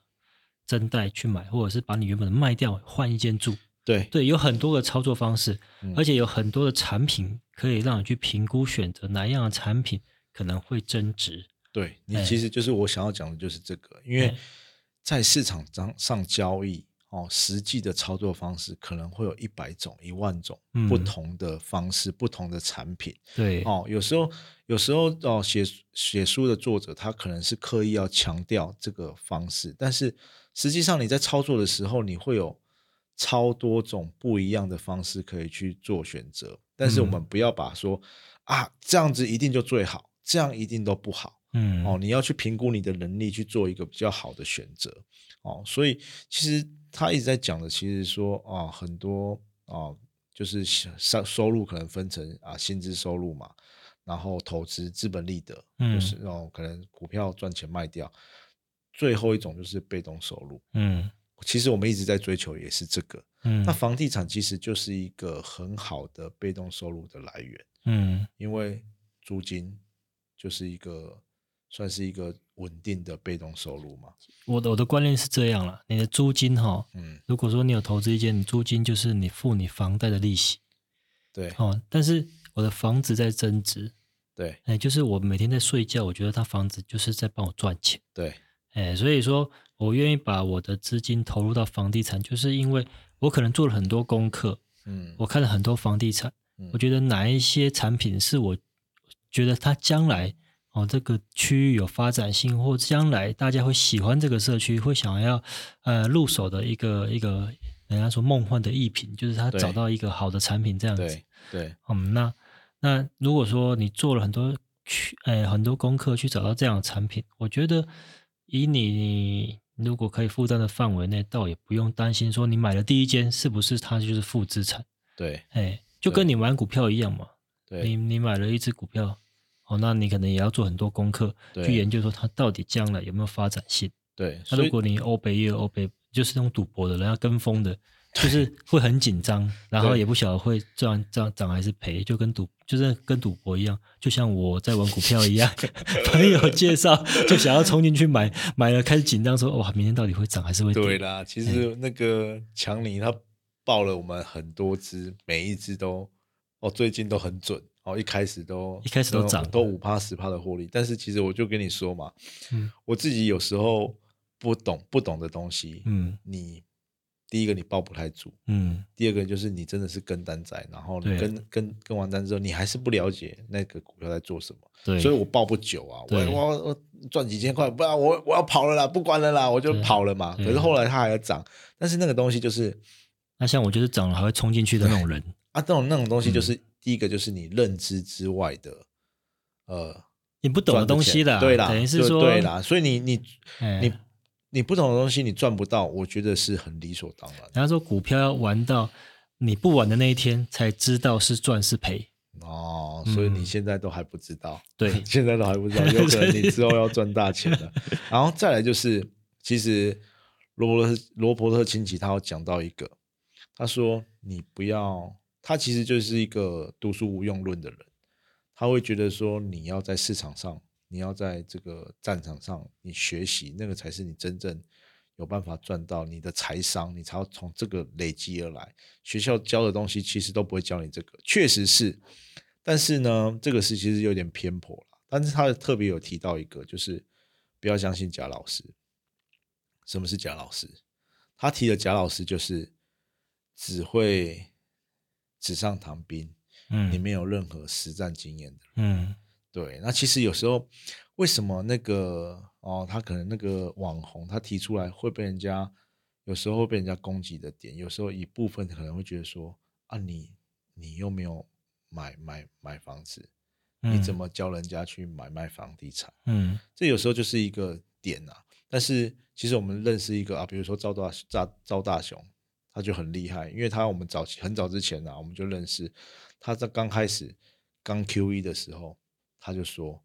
[SPEAKER 2] 增贷去买，或者是把你原本的卖掉换一间住。
[SPEAKER 1] 对
[SPEAKER 2] 对，有很多个操作方式，
[SPEAKER 1] 嗯
[SPEAKER 2] 而且有很多的产品可以让你去评估选择哪一样的产品可能会增值。
[SPEAKER 1] 对，你
[SPEAKER 2] 哎
[SPEAKER 1] 其实就是我想要讲的就是这个，因为
[SPEAKER 2] 哎
[SPEAKER 1] 在市场上上交易。哦，实际的操作方式可能会有一百种、一万种
[SPEAKER 2] 嗯
[SPEAKER 1] 不同的方式、不同的产品。
[SPEAKER 2] 对，
[SPEAKER 1] 哦，有时候有时候哦，写写书的作者他可能是刻意要强调这个方式，但是实际上你在操作的时候，你会有超多种不一样的方式可以去做选择。但是我们不要把说、啊这样子一定就最好，这样一定都不好。
[SPEAKER 2] 嗯，
[SPEAKER 1] 哦，你要去评估你的能力去做一个比较好的选择哦。所以其实他一直在讲的，其实说啊，很多啊，就是收收入可能分成啊薪资收入嘛，然后投资资本利得，
[SPEAKER 2] 嗯
[SPEAKER 1] 就是哦可能股票赚钱卖掉，最后一种就是被动收入。
[SPEAKER 2] 嗯
[SPEAKER 1] 其实我们一直在追求也是这个，
[SPEAKER 2] 嗯，
[SPEAKER 1] 那房地产其实就是一个很好的被动收入的来源。
[SPEAKER 2] 嗯
[SPEAKER 1] 因为租金就是一个算是一个稳定的被动收入嘛。
[SPEAKER 2] 我的我的观念是这样啦，你的租金哈、
[SPEAKER 1] 嗯，
[SPEAKER 2] 如果说你有投资一间，你租金就是你付你房贷的利息
[SPEAKER 1] 对
[SPEAKER 2] 哦，但是我的房子在增值，
[SPEAKER 1] 对
[SPEAKER 2] 哎，就是我每天在睡觉，我觉得它房子就是在帮我赚钱。
[SPEAKER 1] 对，
[SPEAKER 2] 哎，所以说我愿意把我的资金投入到房地产，就是因为我可能做了很多功课，
[SPEAKER 1] 嗯，
[SPEAKER 2] 我看了很多房地产，
[SPEAKER 1] 嗯
[SPEAKER 2] 我觉得哪一些产品是我觉得它将来哦这个区域有发展性，或将来大家会喜欢这个社区，会想要呃入手的一个一个人家说梦幻的艺品，就是他
[SPEAKER 1] 对
[SPEAKER 2] 找到一个好的产品这样子
[SPEAKER 1] 对。对
[SPEAKER 2] 嗯，那那如果说你做了很多去，呃，很多功课去找到这样的产品，我觉得以你如果可以负担的范围内，倒也不用担心说你买了第一间是不是它就是负资产，
[SPEAKER 1] 对
[SPEAKER 2] 哎，就跟你玩股票一样嘛，你
[SPEAKER 1] 对
[SPEAKER 2] 你买了一只股票，哦，那你可能也要做很多功课去
[SPEAKER 1] 对
[SPEAKER 2] 研究说它到底将来有没有发展性。
[SPEAKER 1] 对，
[SPEAKER 2] 那
[SPEAKER 1] 所
[SPEAKER 2] 如
[SPEAKER 1] 以
[SPEAKER 2] 果你欧北也有欧北，就是那种赌博的人要跟风的，就是会很紧张，然后
[SPEAKER 1] 对
[SPEAKER 2] 也不晓得会赚涨涨还是赔，就跟赌就是跟赌博一样，就像我在玩股票一样， 朋友介绍就想要冲进去买，买了开始紧张说哇，明天到底会涨还是会跌？
[SPEAKER 1] 对啦，
[SPEAKER 2] 哎
[SPEAKER 1] 其实那个强尼他报了我们很多只，每一只都哦最近都很准。哦，一开始都
[SPEAKER 2] 一开始都涨
[SPEAKER 1] 都五趴十趴的获利，但是其实我就跟你说嘛，
[SPEAKER 2] 嗯
[SPEAKER 1] 我自己有时候不懂不懂的东西，
[SPEAKER 2] 嗯
[SPEAKER 1] 你第一个你抱不太住，
[SPEAKER 2] 嗯
[SPEAKER 1] 第二个就是你真的是跟单仔，然后
[SPEAKER 2] 对
[SPEAKER 1] 你跟跟跟完单之后，你还是不了解那个股票在做什么，
[SPEAKER 2] 对，
[SPEAKER 1] 所以我抱不久啊，我
[SPEAKER 2] 对
[SPEAKER 1] 我我赚几千块，不然我我要跑了啦，不管了啦，我就
[SPEAKER 2] 对
[SPEAKER 1] 跑了嘛。
[SPEAKER 2] 对
[SPEAKER 1] 可是后来它还要涨，但是那个东西就是
[SPEAKER 2] 那像我就是涨了还会冲进去的那种人，
[SPEAKER 1] 啊，这种那种东西
[SPEAKER 2] 嗯
[SPEAKER 1] 就是、第一个就是你认知之外的，呃，
[SPEAKER 2] 你不懂的
[SPEAKER 1] 赚
[SPEAKER 2] 东
[SPEAKER 1] 钱
[SPEAKER 2] 西啦，
[SPEAKER 1] 对啦，
[SPEAKER 2] 等于是
[SPEAKER 1] 就
[SPEAKER 2] 说
[SPEAKER 1] 对啦，所以你你
[SPEAKER 2] 哎
[SPEAKER 1] 你你不懂的东西你赚不到，我觉得是很理所当然的
[SPEAKER 2] 人家说股票要玩到你不玩的那一天才知道是赚是赔，
[SPEAKER 1] 哦，所以你
[SPEAKER 2] 嗯
[SPEAKER 1] 现在都还不知道。，
[SPEAKER 2] 对
[SPEAKER 1] 现在都还不知道，有可能你之后要赚大钱了。然后再来就是，其实罗伯特罗伯特清崎他有讲到一个，他说你不要，他其实就是一个读书无用论的人，他会觉得说你要在市场上，你要在这个战场上，你学习那个才是你真正有办法赚到你的财商，你才要从这个累积而来。学校教的东西其实都不会教你这个，确实是，但是呢，这个是其实有点偏颇了。但是他特别有提到一个，就是不要相信贾老师。什么是贾老师？他提的贾老师就是只会纸上谈兵，你
[SPEAKER 2] 嗯
[SPEAKER 1] 没有任何实战经验的人。
[SPEAKER 2] 嗯
[SPEAKER 1] 对，那其实有时候为什么那个哦，他可能那个网红他提出来会被人家有时候会被人家攻击的点，有时候一部分可能会觉得说啊你你又没有买买买房子，你
[SPEAKER 2] 嗯
[SPEAKER 1] 怎么教人家去买卖房地产？
[SPEAKER 2] 嗯
[SPEAKER 1] 这有时候就是一个点啊。但是其实我们认识一个啊，比如说赵大赵赵大雄，他就很厉害，因为他我们早期很早之前啊，我们就认识。他在刚开始刚 Q E 的时候，他就说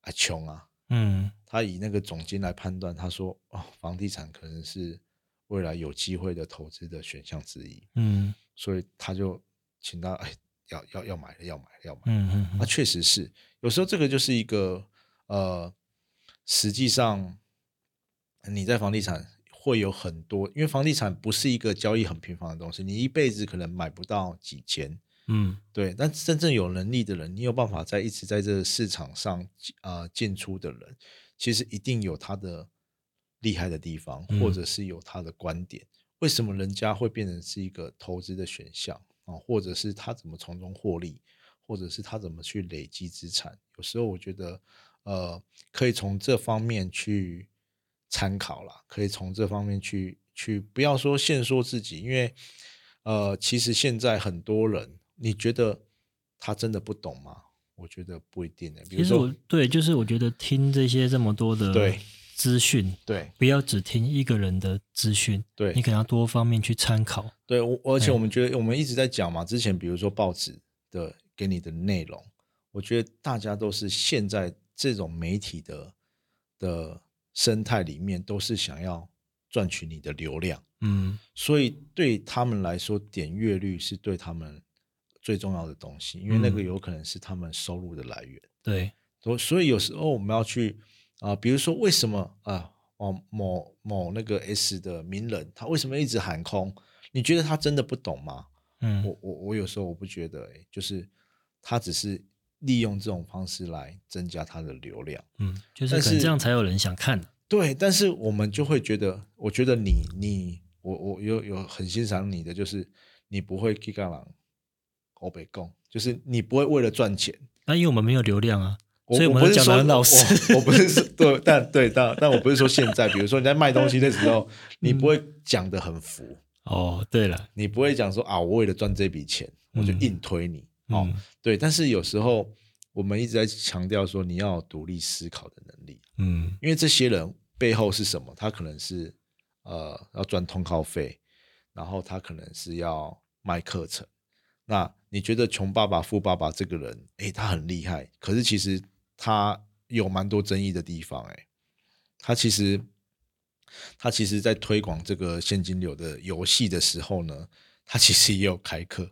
[SPEAKER 1] 啊穷啊，
[SPEAKER 2] 嗯
[SPEAKER 1] 他以那个总金来判断，他说哦，房地产可能是未来有机会的投资的选项之一，
[SPEAKER 2] 嗯
[SPEAKER 1] 所以他就请他哎要要要买了要买了要买了。
[SPEAKER 2] 嗯
[SPEAKER 1] 那、啊确实是，有时候这个就是一个呃，实际上你在房地产会有很多，因为房地产不是一个交易很频繁的东西，你一辈子可能买不到几间。
[SPEAKER 2] 嗯
[SPEAKER 1] 对，但真正有能力的人，你有办法在一直在这个市场上啊进出的人，其实一定有他的厉害的地方，或
[SPEAKER 2] 嗯
[SPEAKER 1] 者是有他的观点。为什么人家会变成是一个投资的选项啊？或者是他怎么从中获利，或者是他怎么去累积资产？有时候我觉得，呃，可以从这方面去参考啦，可以从这方面去去，不要说限缩自己，因为呃，其实现在很多人，你觉得他真的不懂吗？我觉得不一定的、欸比
[SPEAKER 2] 其
[SPEAKER 1] 如
[SPEAKER 2] 实我
[SPEAKER 1] 说，
[SPEAKER 2] 对，就是我觉得听这些这么多的
[SPEAKER 1] 对
[SPEAKER 2] 资讯，
[SPEAKER 1] 对
[SPEAKER 2] 不要只听一个人的资讯，
[SPEAKER 1] 对，
[SPEAKER 2] 你可能要多方面去参考。
[SPEAKER 1] 对，我而且
[SPEAKER 2] 嗯
[SPEAKER 1] 我们觉得我们一直在讲嘛，之前比如说报纸的给你的内容，我觉得大家都是现在这种媒体的的生态里面，都是想要赚取你的流量，
[SPEAKER 2] 嗯
[SPEAKER 1] 所以对他们来说，点阅率是对他们最重要的东西，因为那个
[SPEAKER 2] 嗯
[SPEAKER 1] 有可能是他们收入的来源。
[SPEAKER 2] 对，
[SPEAKER 1] 所所以有时候我们要去啊、比如说为什么啊，哦、某某那个 S 的名人，他为什么一直喊空？你觉得他真的不懂吗？
[SPEAKER 2] 嗯
[SPEAKER 1] 我我我有时候我不觉得、欸，就是他只是利用这种方式来增加他的流量。
[SPEAKER 2] 嗯，就是
[SPEAKER 1] 但
[SPEAKER 2] 可能
[SPEAKER 1] 是
[SPEAKER 2] 这样才有人想看。
[SPEAKER 1] 对，但是我们就会觉得，我觉得你你我我有有很欣赏你的，就是你不会 g i g a 狼欧北贡，就是你不会为了赚钱，
[SPEAKER 2] 那因为我们没有流量啊，
[SPEAKER 1] 我
[SPEAKER 2] 所以
[SPEAKER 1] 我
[SPEAKER 2] 我们
[SPEAKER 1] 不
[SPEAKER 2] 都
[SPEAKER 1] 是
[SPEAKER 2] 讲得
[SPEAKER 1] 说
[SPEAKER 2] 很老实
[SPEAKER 1] 我我不是说对，但对，但但我不是说现在，比如说你在卖东西的时
[SPEAKER 2] 嗯
[SPEAKER 1] 候，你不会讲的很浮，
[SPEAKER 2] 哦，对了，
[SPEAKER 1] 你不会讲说啊，我为了赚这笔钱，我就
[SPEAKER 2] 嗯
[SPEAKER 1] 硬推你、哦。
[SPEAKER 2] 嗯
[SPEAKER 1] 对，但是有时候我们一直在强调说，你要有独立思考的能力，
[SPEAKER 2] 嗯
[SPEAKER 1] 因为这些人背后是什么？他可能是呃要赚通告费，然后他可能是要卖课程。那你觉得穷爸爸、富爸爸这个人，诶，他很厉害，可是其实他有蛮多争议的地方、诶，他其实他其实在推广这个现金流的游戏的时候呢，他其实也有开课，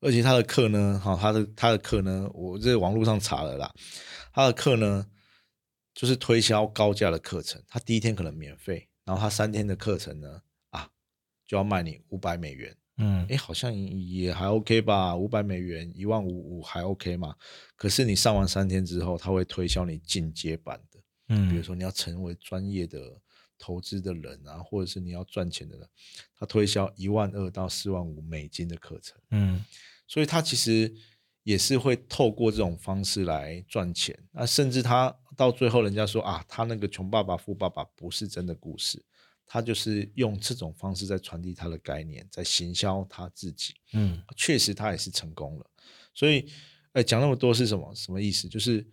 [SPEAKER 1] 而且他的课呢，哈、他的他的课呢，我在网络上查了啦，他的课呢就是推销高价的课程，他第一天可能免费，然后他三天的课程呢，啊，就要卖你五百美元，
[SPEAKER 2] 嗯
[SPEAKER 1] 诶，好像也还 OK 吧，五百美元一万五五还 OK 嘛，可是你上完三天之后，他会推销你进阶版的。
[SPEAKER 2] 嗯，
[SPEAKER 1] 比如说你要成为专业的投资的人啊，或者是你要赚钱的人，他推销一万二到四万五美金的课程，
[SPEAKER 2] 嗯
[SPEAKER 1] 所以他其实也是会透过这种方式来赚钱。那甚至他到最后，人家说啊，他那个穷爸爸富爸爸不是真的故事，他就是用这种方式在传递他的概念，在行销他自己。
[SPEAKER 2] 嗯
[SPEAKER 1] 确实他也是成功了。所以，呃，讲那么多是什么什么意思？就是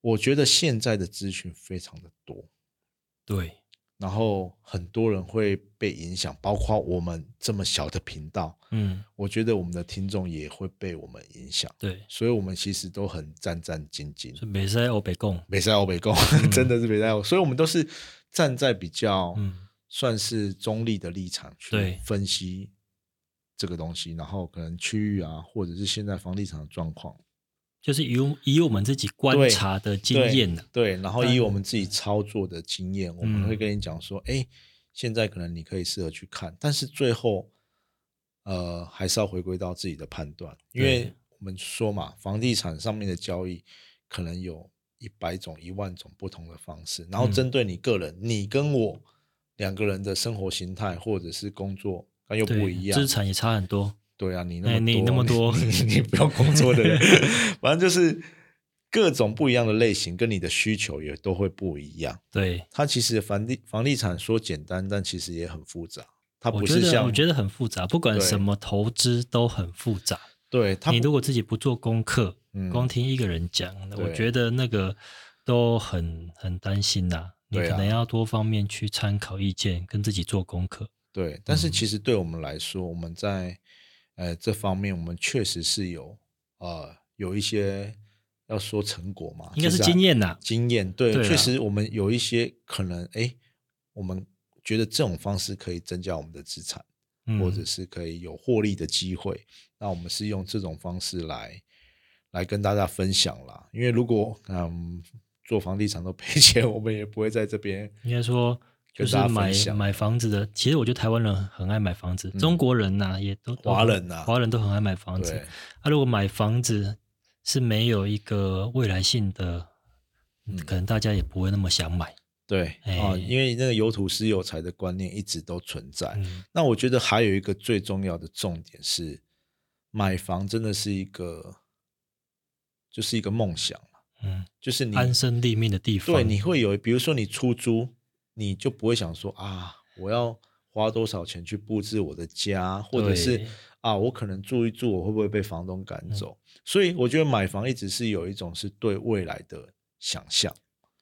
[SPEAKER 1] 我觉得现在的资讯非常的多，
[SPEAKER 2] 对，
[SPEAKER 1] 然后很多人会被影响，包括我们这么小的频道，
[SPEAKER 2] 嗯，
[SPEAKER 1] 我觉得我们的听众也会被我们影响，
[SPEAKER 2] 对，
[SPEAKER 1] 所以我们其实都很战战兢兢。
[SPEAKER 2] 所以美在欧北共，
[SPEAKER 1] 北赛欧北共、 真的是北赛欧，所以我们都是站在比较
[SPEAKER 2] 嗯
[SPEAKER 1] 算是中立的立场去
[SPEAKER 2] 对
[SPEAKER 1] 分析这个东西，然后可能区域啊，或者是现在房地产的状况，
[SPEAKER 2] 就是以我以我们自己观察的经验啊嗯呢，
[SPEAKER 1] 对，然后
[SPEAKER 2] 但
[SPEAKER 1] 以我们自己操作的经验，我们会跟你讲说，哎、现在可能你可以适合去看，但是最后，呃，还是要回归到自己的判断，因为
[SPEAKER 2] 对
[SPEAKER 1] 我们说嘛，房地产上面的交易可能有一百种、一万种不同的方式，然后
[SPEAKER 2] 嗯
[SPEAKER 1] 针对你个人，你跟我两个人的生活形态或者是工作。那又不
[SPEAKER 2] 对，
[SPEAKER 1] 一样，
[SPEAKER 2] 资产也差很多，
[SPEAKER 1] 对啊，你那
[SPEAKER 2] 哎
[SPEAKER 1] 么多，
[SPEAKER 2] 你那么多
[SPEAKER 1] 你你不用工作的 人，反正就是各种不一样的类型，跟你的需求也都会不一样。
[SPEAKER 2] 对，
[SPEAKER 1] 它其实房地房地产说简单，但其实也很复杂。它
[SPEAKER 2] 我
[SPEAKER 1] 不
[SPEAKER 2] 觉
[SPEAKER 1] 是
[SPEAKER 2] 得
[SPEAKER 1] 像
[SPEAKER 2] 我觉得很复杂，不管
[SPEAKER 1] 对
[SPEAKER 2] 什么投资都很复杂。
[SPEAKER 1] 对它
[SPEAKER 2] 你
[SPEAKER 1] 不
[SPEAKER 2] 如果自己不做功课，
[SPEAKER 1] 嗯
[SPEAKER 2] 光听一个人讲，我
[SPEAKER 1] 对
[SPEAKER 2] 觉得那个都很很担心呐、你
[SPEAKER 1] 对啊
[SPEAKER 2] 可能要多方面去参考意见，跟自己做功课。
[SPEAKER 1] 对，但是
[SPEAKER 2] 嗯
[SPEAKER 1] 其实对我们来说，我们在呃这方面，我们确实是有呃有一些要说成果嘛，
[SPEAKER 2] 应该是
[SPEAKER 1] 就是啊
[SPEAKER 2] 经验呐、
[SPEAKER 1] 经验，对，
[SPEAKER 2] 对啊
[SPEAKER 1] 确实我们有一些可能，哎，我们觉得这种方式可以增加我们的资产，
[SPEAKER 2] 嗯，
[SPEAKER 1] 或者是可以有获利的机会。那我们是用这种方式来来跟大家分享啦。因为如果嗯做房地产都赔 钱，我们也不会在这边
[SPEAKER 2] 应该说就
[SPEAKER 1] 跟
[SPEAKER 2] 是
[SPEAKER 1] 大家
[SPEAKER 2] 买
[SPEAKER 1] 分享嗯
[SPEAKER 2] 买房子的，其实我觉得台湾人很爱买房子，中国人呐、也都都
[SPEAKER 1] 华人呐
[SPEAKER 2] 华人都很爱买房子
[SPEAKER 1] 对。
[SPEAKER 2] 他、如果买房子是没有一个未来性的，
[SPEAKER 1] 嗯
[SPEAKER 2] 可能大家也不会那么想买。
[SPEAKER 1] 对
[SPEAKER 2] 哎
[SPEAKER 1] 啊、因为那个有土是有财的观念一直都存在。
[SPEAKER 2] 嗯，
[SPEAKER 1] 那我觉得还有一个最重要的重点是，买房真的是一个就是一个梦想嘛
[SPEAKER 2] 嗯
[SPEAKER 1] 就是你
[SPEAKER 2] 安身立命的地方，
[SPEAKER 1] 对，你会有，比如说你出租，你就不会想说啊，我要花多少钱去布置我的家，或者是
[SPEAKER 2] 对
[SPEAKER 1] 啊，我可能住一住，我会不会被房东赶走？
[SPEAKER 2] 嗯
[SPEAKER 1] 所以我觉得买房一直是有一种是对未来的想象。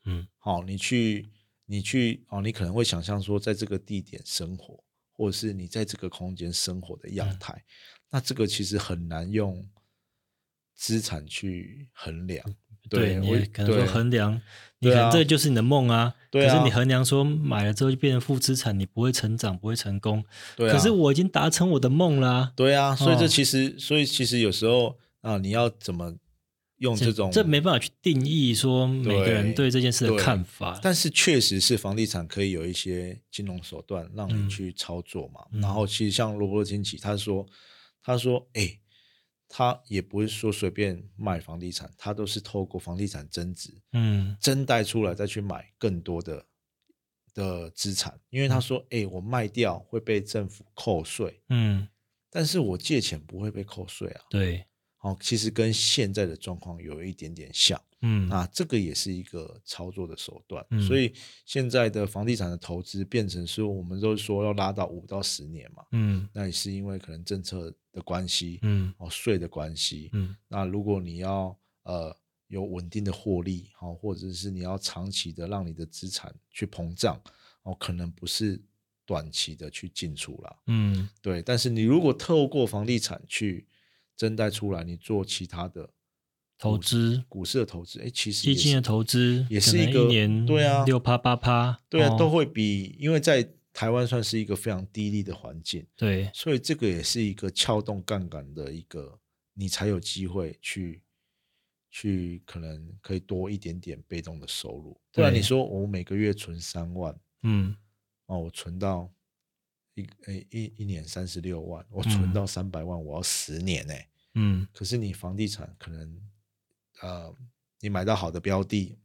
[SPEAKER 2] 嗯
[SPEAKER 1] 好、你去，你去哦，你可能会想象说，在这个地点生活，或者是你在这个空间生活的样
[SPEAKER 2] 嗯
[SPEAKER 1] 态，那这个其实很难用资产去衡量。
[SPEAKER 2] 对，你
[SPEAKER 1] 我
[SPEAKER 2] 也可能说
[SPEAKER 1] 对
[SPEAKER 2] 衡量，你
[SPEAKER 1] 对
[SPEAKER 2] 可能
[SPEAKER 1] 啊
[SPEAKER 2] 这就是你的梦啊。
[SPEAKER 1] 对
[SPEAKER 2] 可
[SPEAKER 1] 啊
[SPEAKER 2] 是你衡量说买了之后就变成负资产，你不会成长，不会成功。
[SPEAKER 1] 对
[SPEAKER 2] 可
[SPEAKER 1] 啊
[SPEAKER 2] 是我已经达成我的梦啦。
[SPEAKER 1] 对啊，所以
[SPEAKER 2] 哦
[SPEAKER 1] 这其实，所以其实有时候啊，你要怎么用这种
[SPEAKER 2] 这没办法去定义说每个人对这件事的
[SPEAKER 1] 对
[SPEAKER 2] 看法。
[SPEAKER 1] 但是确实是房地产可以有一些金融手段让
[SPEAKER 2] 嗯
[SPEAKER 1] 你去操作嘛。
[SPEAKER 2] 嗯
[SPEAKER 1] 然后其实像罗伯特清崎，他说，他说，哎、他也不是说随便卖房地产，他都是透过房地产增值
[SPEAKER 2] 嗯
[SPEAKER 1] 增贷出来再去买更多的的资产，因为他说，哎、我卖掉会被政府扣税，
[SPEAKER 2] 嗯，
[SPEAKER 1] 但是我借钱不会被扣税啊。
[SPEAKER 2] 对，
[SPEAKER 1] 哦，其实跟现在的状况有一点点像，
[SPEAKER 2] 嗯
[SPEAKER 1] 那这个也是一个操作的手段。
[SPEAKER 2] 嗯
[SPEAKER 1] 所以现在的房地产的投资变成是我们都说要拉到五到十年嘛，
[SPEAKER 2] 嗯
[SPEAKER 1] 那也是因为可能政策的关系，
[SPEAKER 2] 嗯
[SPEAKER 1] 哦税的关系。
[SPEAKER 2] 嗯
[SPEAKER 1] 那如果你要呃有稳定的获利，哦，或者是你要长期的让你的资产去膨胀，哦，可能不是短期的去进出啦。
[SPEAKER 2] 嗯，
[SPEAKER 1] 对，但是你如果透过房地产去增贷出来，你做其他的
[SPEAKER 2] 投资
[SPEAKER 1] 股市的投资，哎，其实
[SPEAKER 2] 基
[SPEAKER 1] 也
[SPEAKER 2] 金的
[SPEAKER 1] 是
[SPEAKER 2] 投资
[SPEAKER 1] 也
[SPEAKER 2] 可
[SPEAKER 1] 是
[SPEAKER 2] 能
[SPEAKER 1] 一个
[SPEAKER 2] 年
[SPEAKER 1] 对啊
[SPEAKER 2] 六趴八趴，
[SPEAKER 1] 对啊，
[SPEAKER 2] 哦
[SPEAKER 1] 都会比，因为在台湾算是一个非常低利的环境，
[SPEAKER 2] 对
[SPEAKER 1] 所以这个也是一个撬动杠杆的一个，你才有机会去去可能可以多一点点被动的收入，不然
[SPEAKER 2] 对
[SPEAKER 1] 你说我每个月存三万，
[SPEAKER 2] 嗯
[SPEAKER 1] 哦，我存到。一诶一一年三十六万，我存
[SPEAKER 2] 嗯
[SPEAKER 1] 到三百万，我要十年欸呢、
[SPEAKER 2] 嗯
[SPEAKER 1] 可是你房地产可能，呃，你买到好的标的，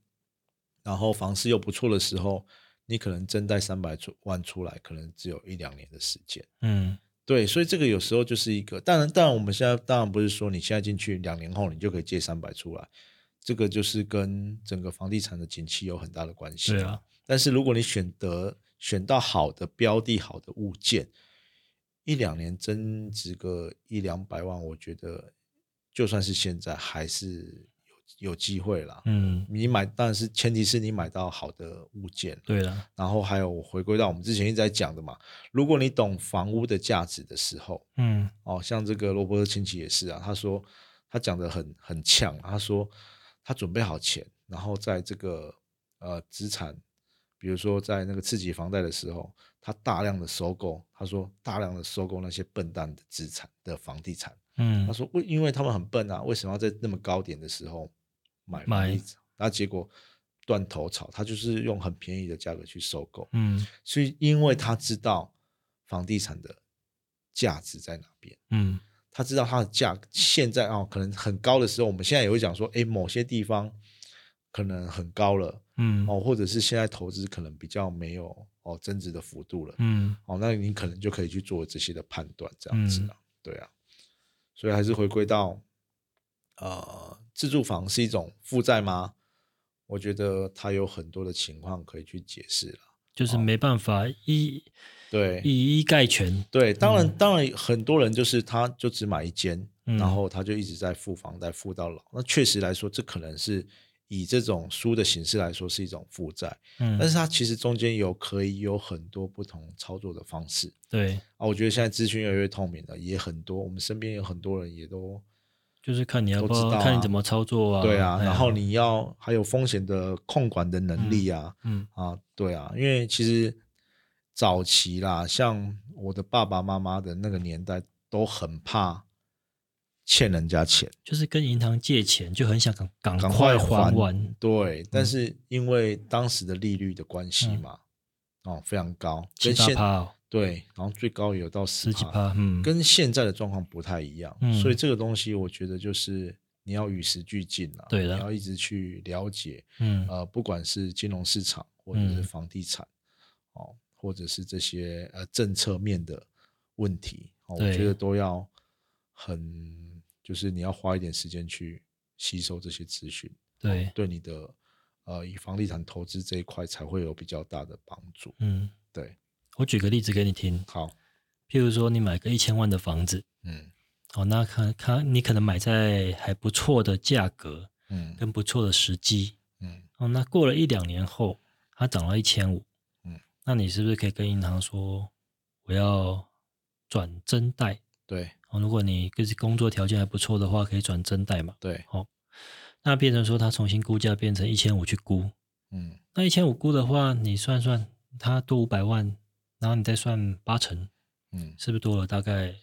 [SPEAKER 1] 然后房市又不错的时候，你可能真贷三百出万出来，可能只有一两年的时间。
[SPEAKER 2] 嗯
[SPEAKER 1] 对，所以这个有时候就是一个，当然，当然我们现在当然不是说你现在进去两年后你就可以借三百出来，这个就是跟整个房地产的景气有很大的关系。
[SPEAKER 2] 对啊，
[SPEAKER 1] 但是如果你选得选到好的标的、好的物件，一两年增值个一两百万，我觉得就算是现在还是有有机会啦。
[SPEAKER 2] 嗯，
[SPEAKER 1] 你买，但是前提是你买到好的物件，
[SPEAKER 2] 对了，
[SPEAKER 1] 然后还有回归到我们之前一直在讲的嘛，如果你懂房屋的价值的时候，
[SPEAKER 2] 嗯
[SPEAKER 1] 哦，像这个罗伯特清崎也是啊，他说他讲的很很呛，他说他准备好钱，然后在这个呃资产，比如说在那个次级房贷的时候，他大量的收购，他说大量的收购那些笨蛋的资产的房地产，
[SPEAKER 2] 嗯
[SPEAKER 1] 他，说为因为他们很笨啊，为什么要在那么高点的时候买
[SPEAKER 2] 买
[SPEAKER 1] 房地产？那结果断头草，他就是用很便宜的价格去收购，
[SPEAKER 2] 嗯
[SPEAKER 1] 所以因为他知道房地产的价值在哪边。
[SPEAKER 2] 嗯
[SPEAKER 1] 他知道它的价现在啊、哦可能很高的时候，我们现在也会讲说，诶，某些地方可能很高了
[SPEAKER 2] 嗯
[SPEAKER 1] 哦，或者是现在投资可能比较没有哦增值的幅度了
[SPEAKER 2] 嗯，
[SPEAKER 1] 哦，那你可能就可以去做这些的判断，这样子
[SPEAKER 2] 嗯
[SPEAKER 1] 啊，对啊，所以还是回归到呃，自住房是一种负债吗？我觉得它有很多的情况可以去解释了，
[SPEAKER 2] 就是没办法一
[SPEAKER 1] 哦对，
[SPEAKER 2] 以一概全，
[SPEAKER 1] 对，当然，当然，很多人就是他就只买一间，
[SPEAKER 2] 嗯
[SPEAKER 1] 然后他就一直在付房贷，付到老。那确实来说，这可能是以这种书的形式来说是一种负债，
[SPEAKER 2] 嗯
[SPEAKER 1] 但，是它其实中间有可以有很多不同操作的方式
[SPEAKER 2] 对，
[SPEAKER 1] 啊。我觉得现在资讯越来越透明了，也很多，我们身边有很多人也都
[SPEAKER 2] 就是看你要不
[SPEAKER 1] 都
[SPEAKER 2] 要
[SPEAKER 1] 知道啊
[SPEAKER 2] 看你怎么操作啊，
[SPEAKER 1] 对啊，
[SPEAKER 2] 哎呀
[SPEAKER 1] 然后你要还有风险的控管的能力啊，
[SPEAKER 2] 嗯
[SPEAKER 1] 啊，对啊，因为其实早期啦，像我的爸爸妈妈的那个年代，都很怕欠人家钱，
[SPEAKER 2] 就是跟银行借钱就很想赶赶
[SPEAKER 1] 赶
[SPEAKER 2] 快
[SPEAKER 1] 还
[SPEAKER 2] 还完，
[SPEAKER 1] 对，
[SPEAKER 2] 嗯
[SPEAKER 1] 但是因为当时的利率的关系嘛，哦，非常高，
[SPEAKER 2] 七
[SPEAKER 1] 跟
[SPEAKER 2] 八
[SPEAKER 1] 现
[SPEAKER 2] 趴哦，
[SPEAKER 1] 对，然后最高也有到十
[SPEAKER 2] 十几趴，嗯，
[SPEAKER 1] 跟现在的状况不太一样，
[SPEAKER 2] 嗯
[SPEAKER 1] 所以这个东西我觉得就是你要与时俱进啦，
[SPEAKER 2] 对的
[SPEAKER 1] 你要一直去了解，
[SPEAKER 2] 嗯
[SPEAKER 1] 呃，不管是金融市场或者是
[SPEAKER 2] 嗯
[SPEAKER 1] 房地产，哦，或者是这些呃政策面的问题，哦，我
[SPEAKER 2] 对
[SPEAKER 1] 觉得都要很，就是你要花一点时间去吸收这些资讯，
[SPEAKER 2] 对，
[SPEAKER 1] 对你的呃以房地产投资这一块才会有比较大的帮助。
[SPEAKER 2] 嗯，
[SPEAKER 1] 对，
[SPEAKER 2] 我举个例子给你听，
[SPEAKER 1] 好，
[SPEAKER 2] 譬如说你买个一千万的房子，
[SPEAKER 1] 嗯
[SPEAKER 2] 哦，那可看你可能买在还不错的价格
[SPEAKER 1] 嗯
[SPEAKER 2] 跟不错的时机，
[SPEAKER 1] 嗯
[SPEAKER 2] 哦，那过了一两年后，它涨到一千五，
[SPEAKER 1] 嗯，
[SPEAKER 2] 那你是不是可以跟银行说我要转增贷？
[SPEAKER 1] 对
[SPEAKER 2] 哦，如果你就是工作条件还不错的话，可以转增贷嘛。哦
[SPEAKER 1] 对，
[SPEAKER 2] 那变成说它重新估价变成一千五去估，
[SPEAKER 1] 嗯
[SPEAKER 2] 那一千五估的话，你算算它多五百万，然后你再算八成，
[SPEAKER 1] 嗯，
[SPEAKER 2] 是不是多了大概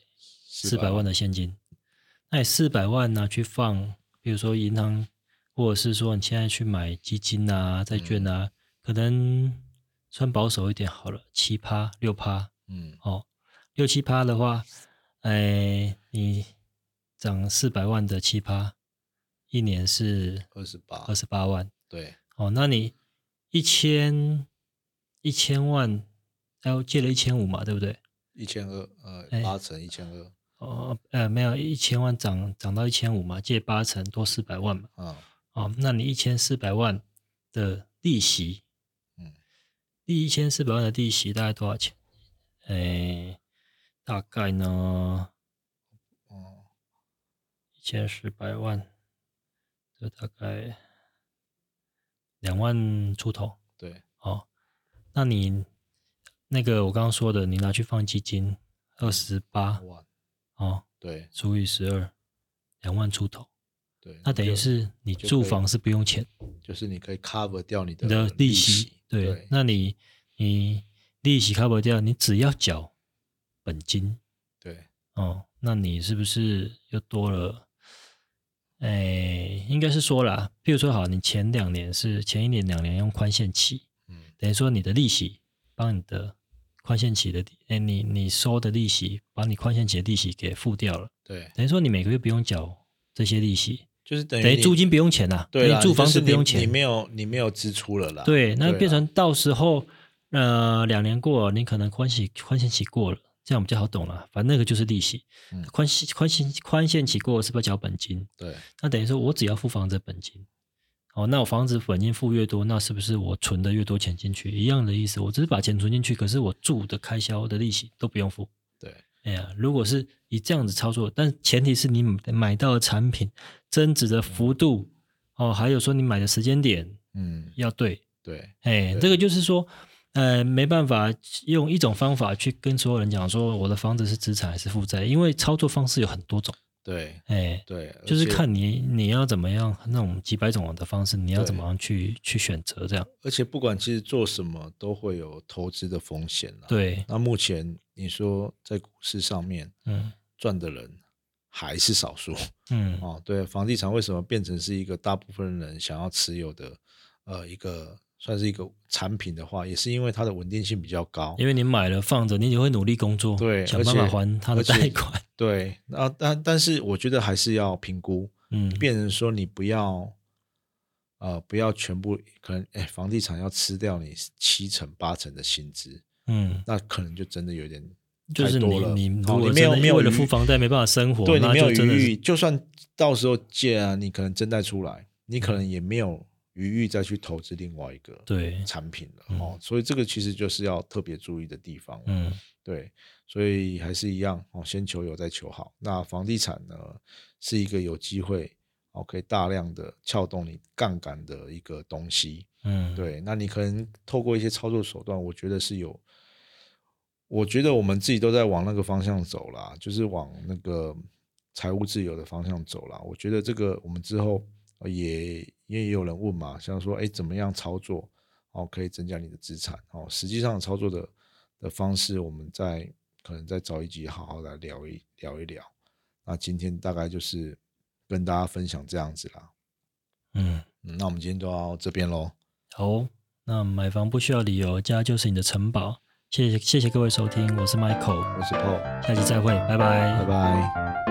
[SPEAKER 2] 四
[SPEAKER 1] 400
[SPEAKER 2] 百万的现金？那你四百万拿去放，比如说银行，或者是说你现在去买基金啊、债券啊，可能算保守一点好了，七趴、六趴
[SPEAKER 1] 嗯
[SPEAKER 2] 哦，六七趴的话，哎，你涨四百万的七趴，一年是
[SPEAKER 1] 二十八
[SPEAKER 2] 二，十八万。
[SPEAKER 1] 对，
[SPEAKER 2] 哦，那你一千一千万，要借了一千五嘛，对不对？
[SPEAKER 1] 一千二，呃，
[SPEAKER 2] 哎
[SPEAKER 1] 八成一千二，
[SPEAKER 2] 哦，呃，没有，一千万涨涨到一千五嘛，借八成多四百万嘛。
[SPEAKER 1] 嗯
[SPEAKER 2] 哦，那你一千四百万的利息，
[SPEAKER 1] 嗯，
[SPEAKER 2] 第一千四百万的利息大概多少钱？哎，大概呢
[SPEAKER 1] 哦，
[SPEAKER 2] 一千四百万，这大概两万出头。
[SPEAKER 1] 对，
[SPEAKER 2] 哦，那你那个我刚刚说的，你拿去放基金，二十八
[SPEAKER 1] 万，
[SPEAKER 2] 哦，
[SPEAKER 1] 对
[SPEAKER 2] 除以十二，两万出头，
[SPEAKER 1] 对，
[SPEAKER 2] 那等于
[SPEAKER 1] 就是
[SPEAKER 2] 你
[SPEAKER 1] 就
[SPEAKER 2] 住
[SPEAKER 1] 可以
[SPEAKER 2] 房是不用钱，
[SPEAKER 1] 就是你可以 cover 掉你的
[SPEAKER 2] 你的利
[SPEAKER 1] 利
[SPEAKER 2] 息对，
[SPEAKER 1] 对，
[SPEAKER 2] 那你你利息 cover 掉，你只要缴本金
[SPEAKER 1] 对，
[SPEAKER 2] 哦，那你是不是又多了？哎，应该是说啦，譬如说好，你前两年是前一年两年用宽限期，
[SPEAKER 1] 嗯
[SPEAKER 2] 等于说你的利息帮你的宽限期的，哎，你你收的利息把你宽限期的利息给付掉了，
[SPEAKER 1] 对，
[SPEAKER 2] 等于说你每个月不用缴这些利息，
[SPEAKER 1] 就是等于
[SPEAKER 2] 等于
[SPEAKER 1] 你
[SPEAKER 2] 租金不用钱呐、
[SPEAKER 1] 对
[SPEAKER 2] 等
[SPEAKER 1] 啦，
[SPEAKER 2] 于住
[SPEAKER 1] 就
[SPEAKER 2] 房
[SPEAKER 1] 是
[SPEAKER 2] 子不
[SPEAKER 1] 你
[SPEAKER 2] 用
[SPEAKER 1] 你
[SPEAKER 2] 钱，
[SPEAKER 1] 没有你没有支出了啦，
[SPEAKER 2] 对，那
[SPEAKER 1] 对啊
[SPEAKER 2] 变
[SPEAKER 1] 啦
[SPEAKER 2] 成到时候呃两年过了，你可能宽限宽限期过了，这样比较好懂了，反正那个就是利息
[SPEAKER 1] 嗯，
[SPEAKER 2] 宽限宽限宽限期过了是不是要缴本金？
[SPEAKER 1] 对
[SPEAKER 2] 那等于说我只要付房子的本金，哦，那我房子本金付越多，那是不是我存的越多钱进去？一样的意思，我只是把钱存进去，可是我住的开销的利息都不用付。
[SPEAKER 1] 对
[SPEAKER 2] 哎呀，如果是以这样子操作，但前提是你买到的产品增值的幅度、哦，还有说你买的时间点
[SPEAKER 1] 嗯，
[SPEAKER 2] 要对，
[SPEAKER 1] 对，
[SPEAKER 2] 哎，
[SPEAKER 1] 对
[SPEAKER 2] 这个就是说，呃，没办法用一种方法去跟所有人讲说我的房子是资产还是负债，因为操作方式有很多种，
[SPEAKER 1] 对，
[SPEAKER 2] 哎，
[SPEAKER 1] 对，
[SPEAKER 2] 就是
[SPEAKER 1] 而且
[SPEAKER 2] 看你你要怎么样，那种几百种的方式，你要
[SPEAKER 1] 对
[SPEAKER 2] 怎么样去去选择这样，
[SPEAKER 1] 而且不管其实做什么都会有投资的风险啦。，
[SPEAKER 2] 对，
[SPEAKER 1] 那目前你说在股市上面
[SPEAKER 2] 嗯
[SPEAKER 1] 赚的人还是少数
[SPEAKER 2] 嗯，
[SPEAKER 1] 哦。对，房地产为什么变成是一个大部分人想要持有的呃一个算是一个产品的话，也是因为它的稳定性比较高。
[SPEAKER 2] 因为你买了放着，你也会努力工作，
[SPEAKER 1] 对
[SPEAKER 2] 想
[SPEAKER 1] 而
[SPEAKER 2] 办法
[SPEAKER 1] 且
[SPEAKER 2] 还他的
[SPEAKER 1] 而且
[SPEAKER 2] 贷款，
[SPEAKER 1] 对，那但但是我觉得还是要评估，
[SPEAKER 2] 嗯，
[SPEAKER 1] 变成说你不要，呃，不要全部可能，哎，房地产要吃掉你七成八成的薪资，
[SPEAKER 2] 嗯。
[SPEAKER 1] 那可能就真的有点
[SPEAKER 2] 就
[SPEAKER 1] 太
[SPEAKER 2] 是你
[SPEAKER 1] 多了。
[SPEAKER 2] 你
[SPEAKER 1] 哦
[SPEAKER 2] 如果
[SPEAKER 1] 你没有
[SPEAKER 2] 真的
[SPEAKER 1] 没有
[SPEAKER 2] 为了
[SPEAKER 1] 余
[SPEAKER 2] 付房贷没办法生活，
[SPEAKER 1] 对你
[SPEAKER 2] 那
[SPEAKER 1] 没有
[SPEAKER 2] 就真的
[SPEAKER 1] 余
[SPEAKER 2] 是
[SPEAKER 1] 裕，就算到时候借啊，你可能真贷出来，你可能也没有余裕再去投资另外一个
[SPEAKER 2] 对，
[SPEAKER 1] 产品了、
[SPEAKER 2] 嗯
[SPEAKER 1] 哦。所以这个其实就是要特别注意的地方。
[SPEAKER 2] 嗯
[SPEAKER 1] 对，所以还是一样哦，先求有再求好。那房地产呢，是一个有机会哦，可以大量的撬动你杠杆的一个东西。
[SPEAKER 2] 嗯，
[SPEAKER 1] 对，那你可能透过一些操作手段，我觉得是有，我觉得我们自己都在往那个方向走啦，就是往那个财务自由的方向走啦。我觉得这个我们之后呃也也有人问嘛，像说哎怎么样操作哦可以增加你的资产哦，实际上操作的的方式，我们再可能再找一集好好来聊一聊一聊。那今天大概就是跟大家分享这样子啦。
[SPEAKER 2] 嗯，
[SPEAKER 1] 嗯那我们今天就到这边喽。
[SPEAKER 2] 好，那买房不需要理由，家就是你的城堡。谢谢谢谢各位收听，我是 Michael，
[SPEAKER 1] 我是 Paul，
[SPEAKER 2] 下期再会，拜
[SPEAKER 1] 拜
[SPEAKER 2] 拜
[SPEAKER 1] 拜。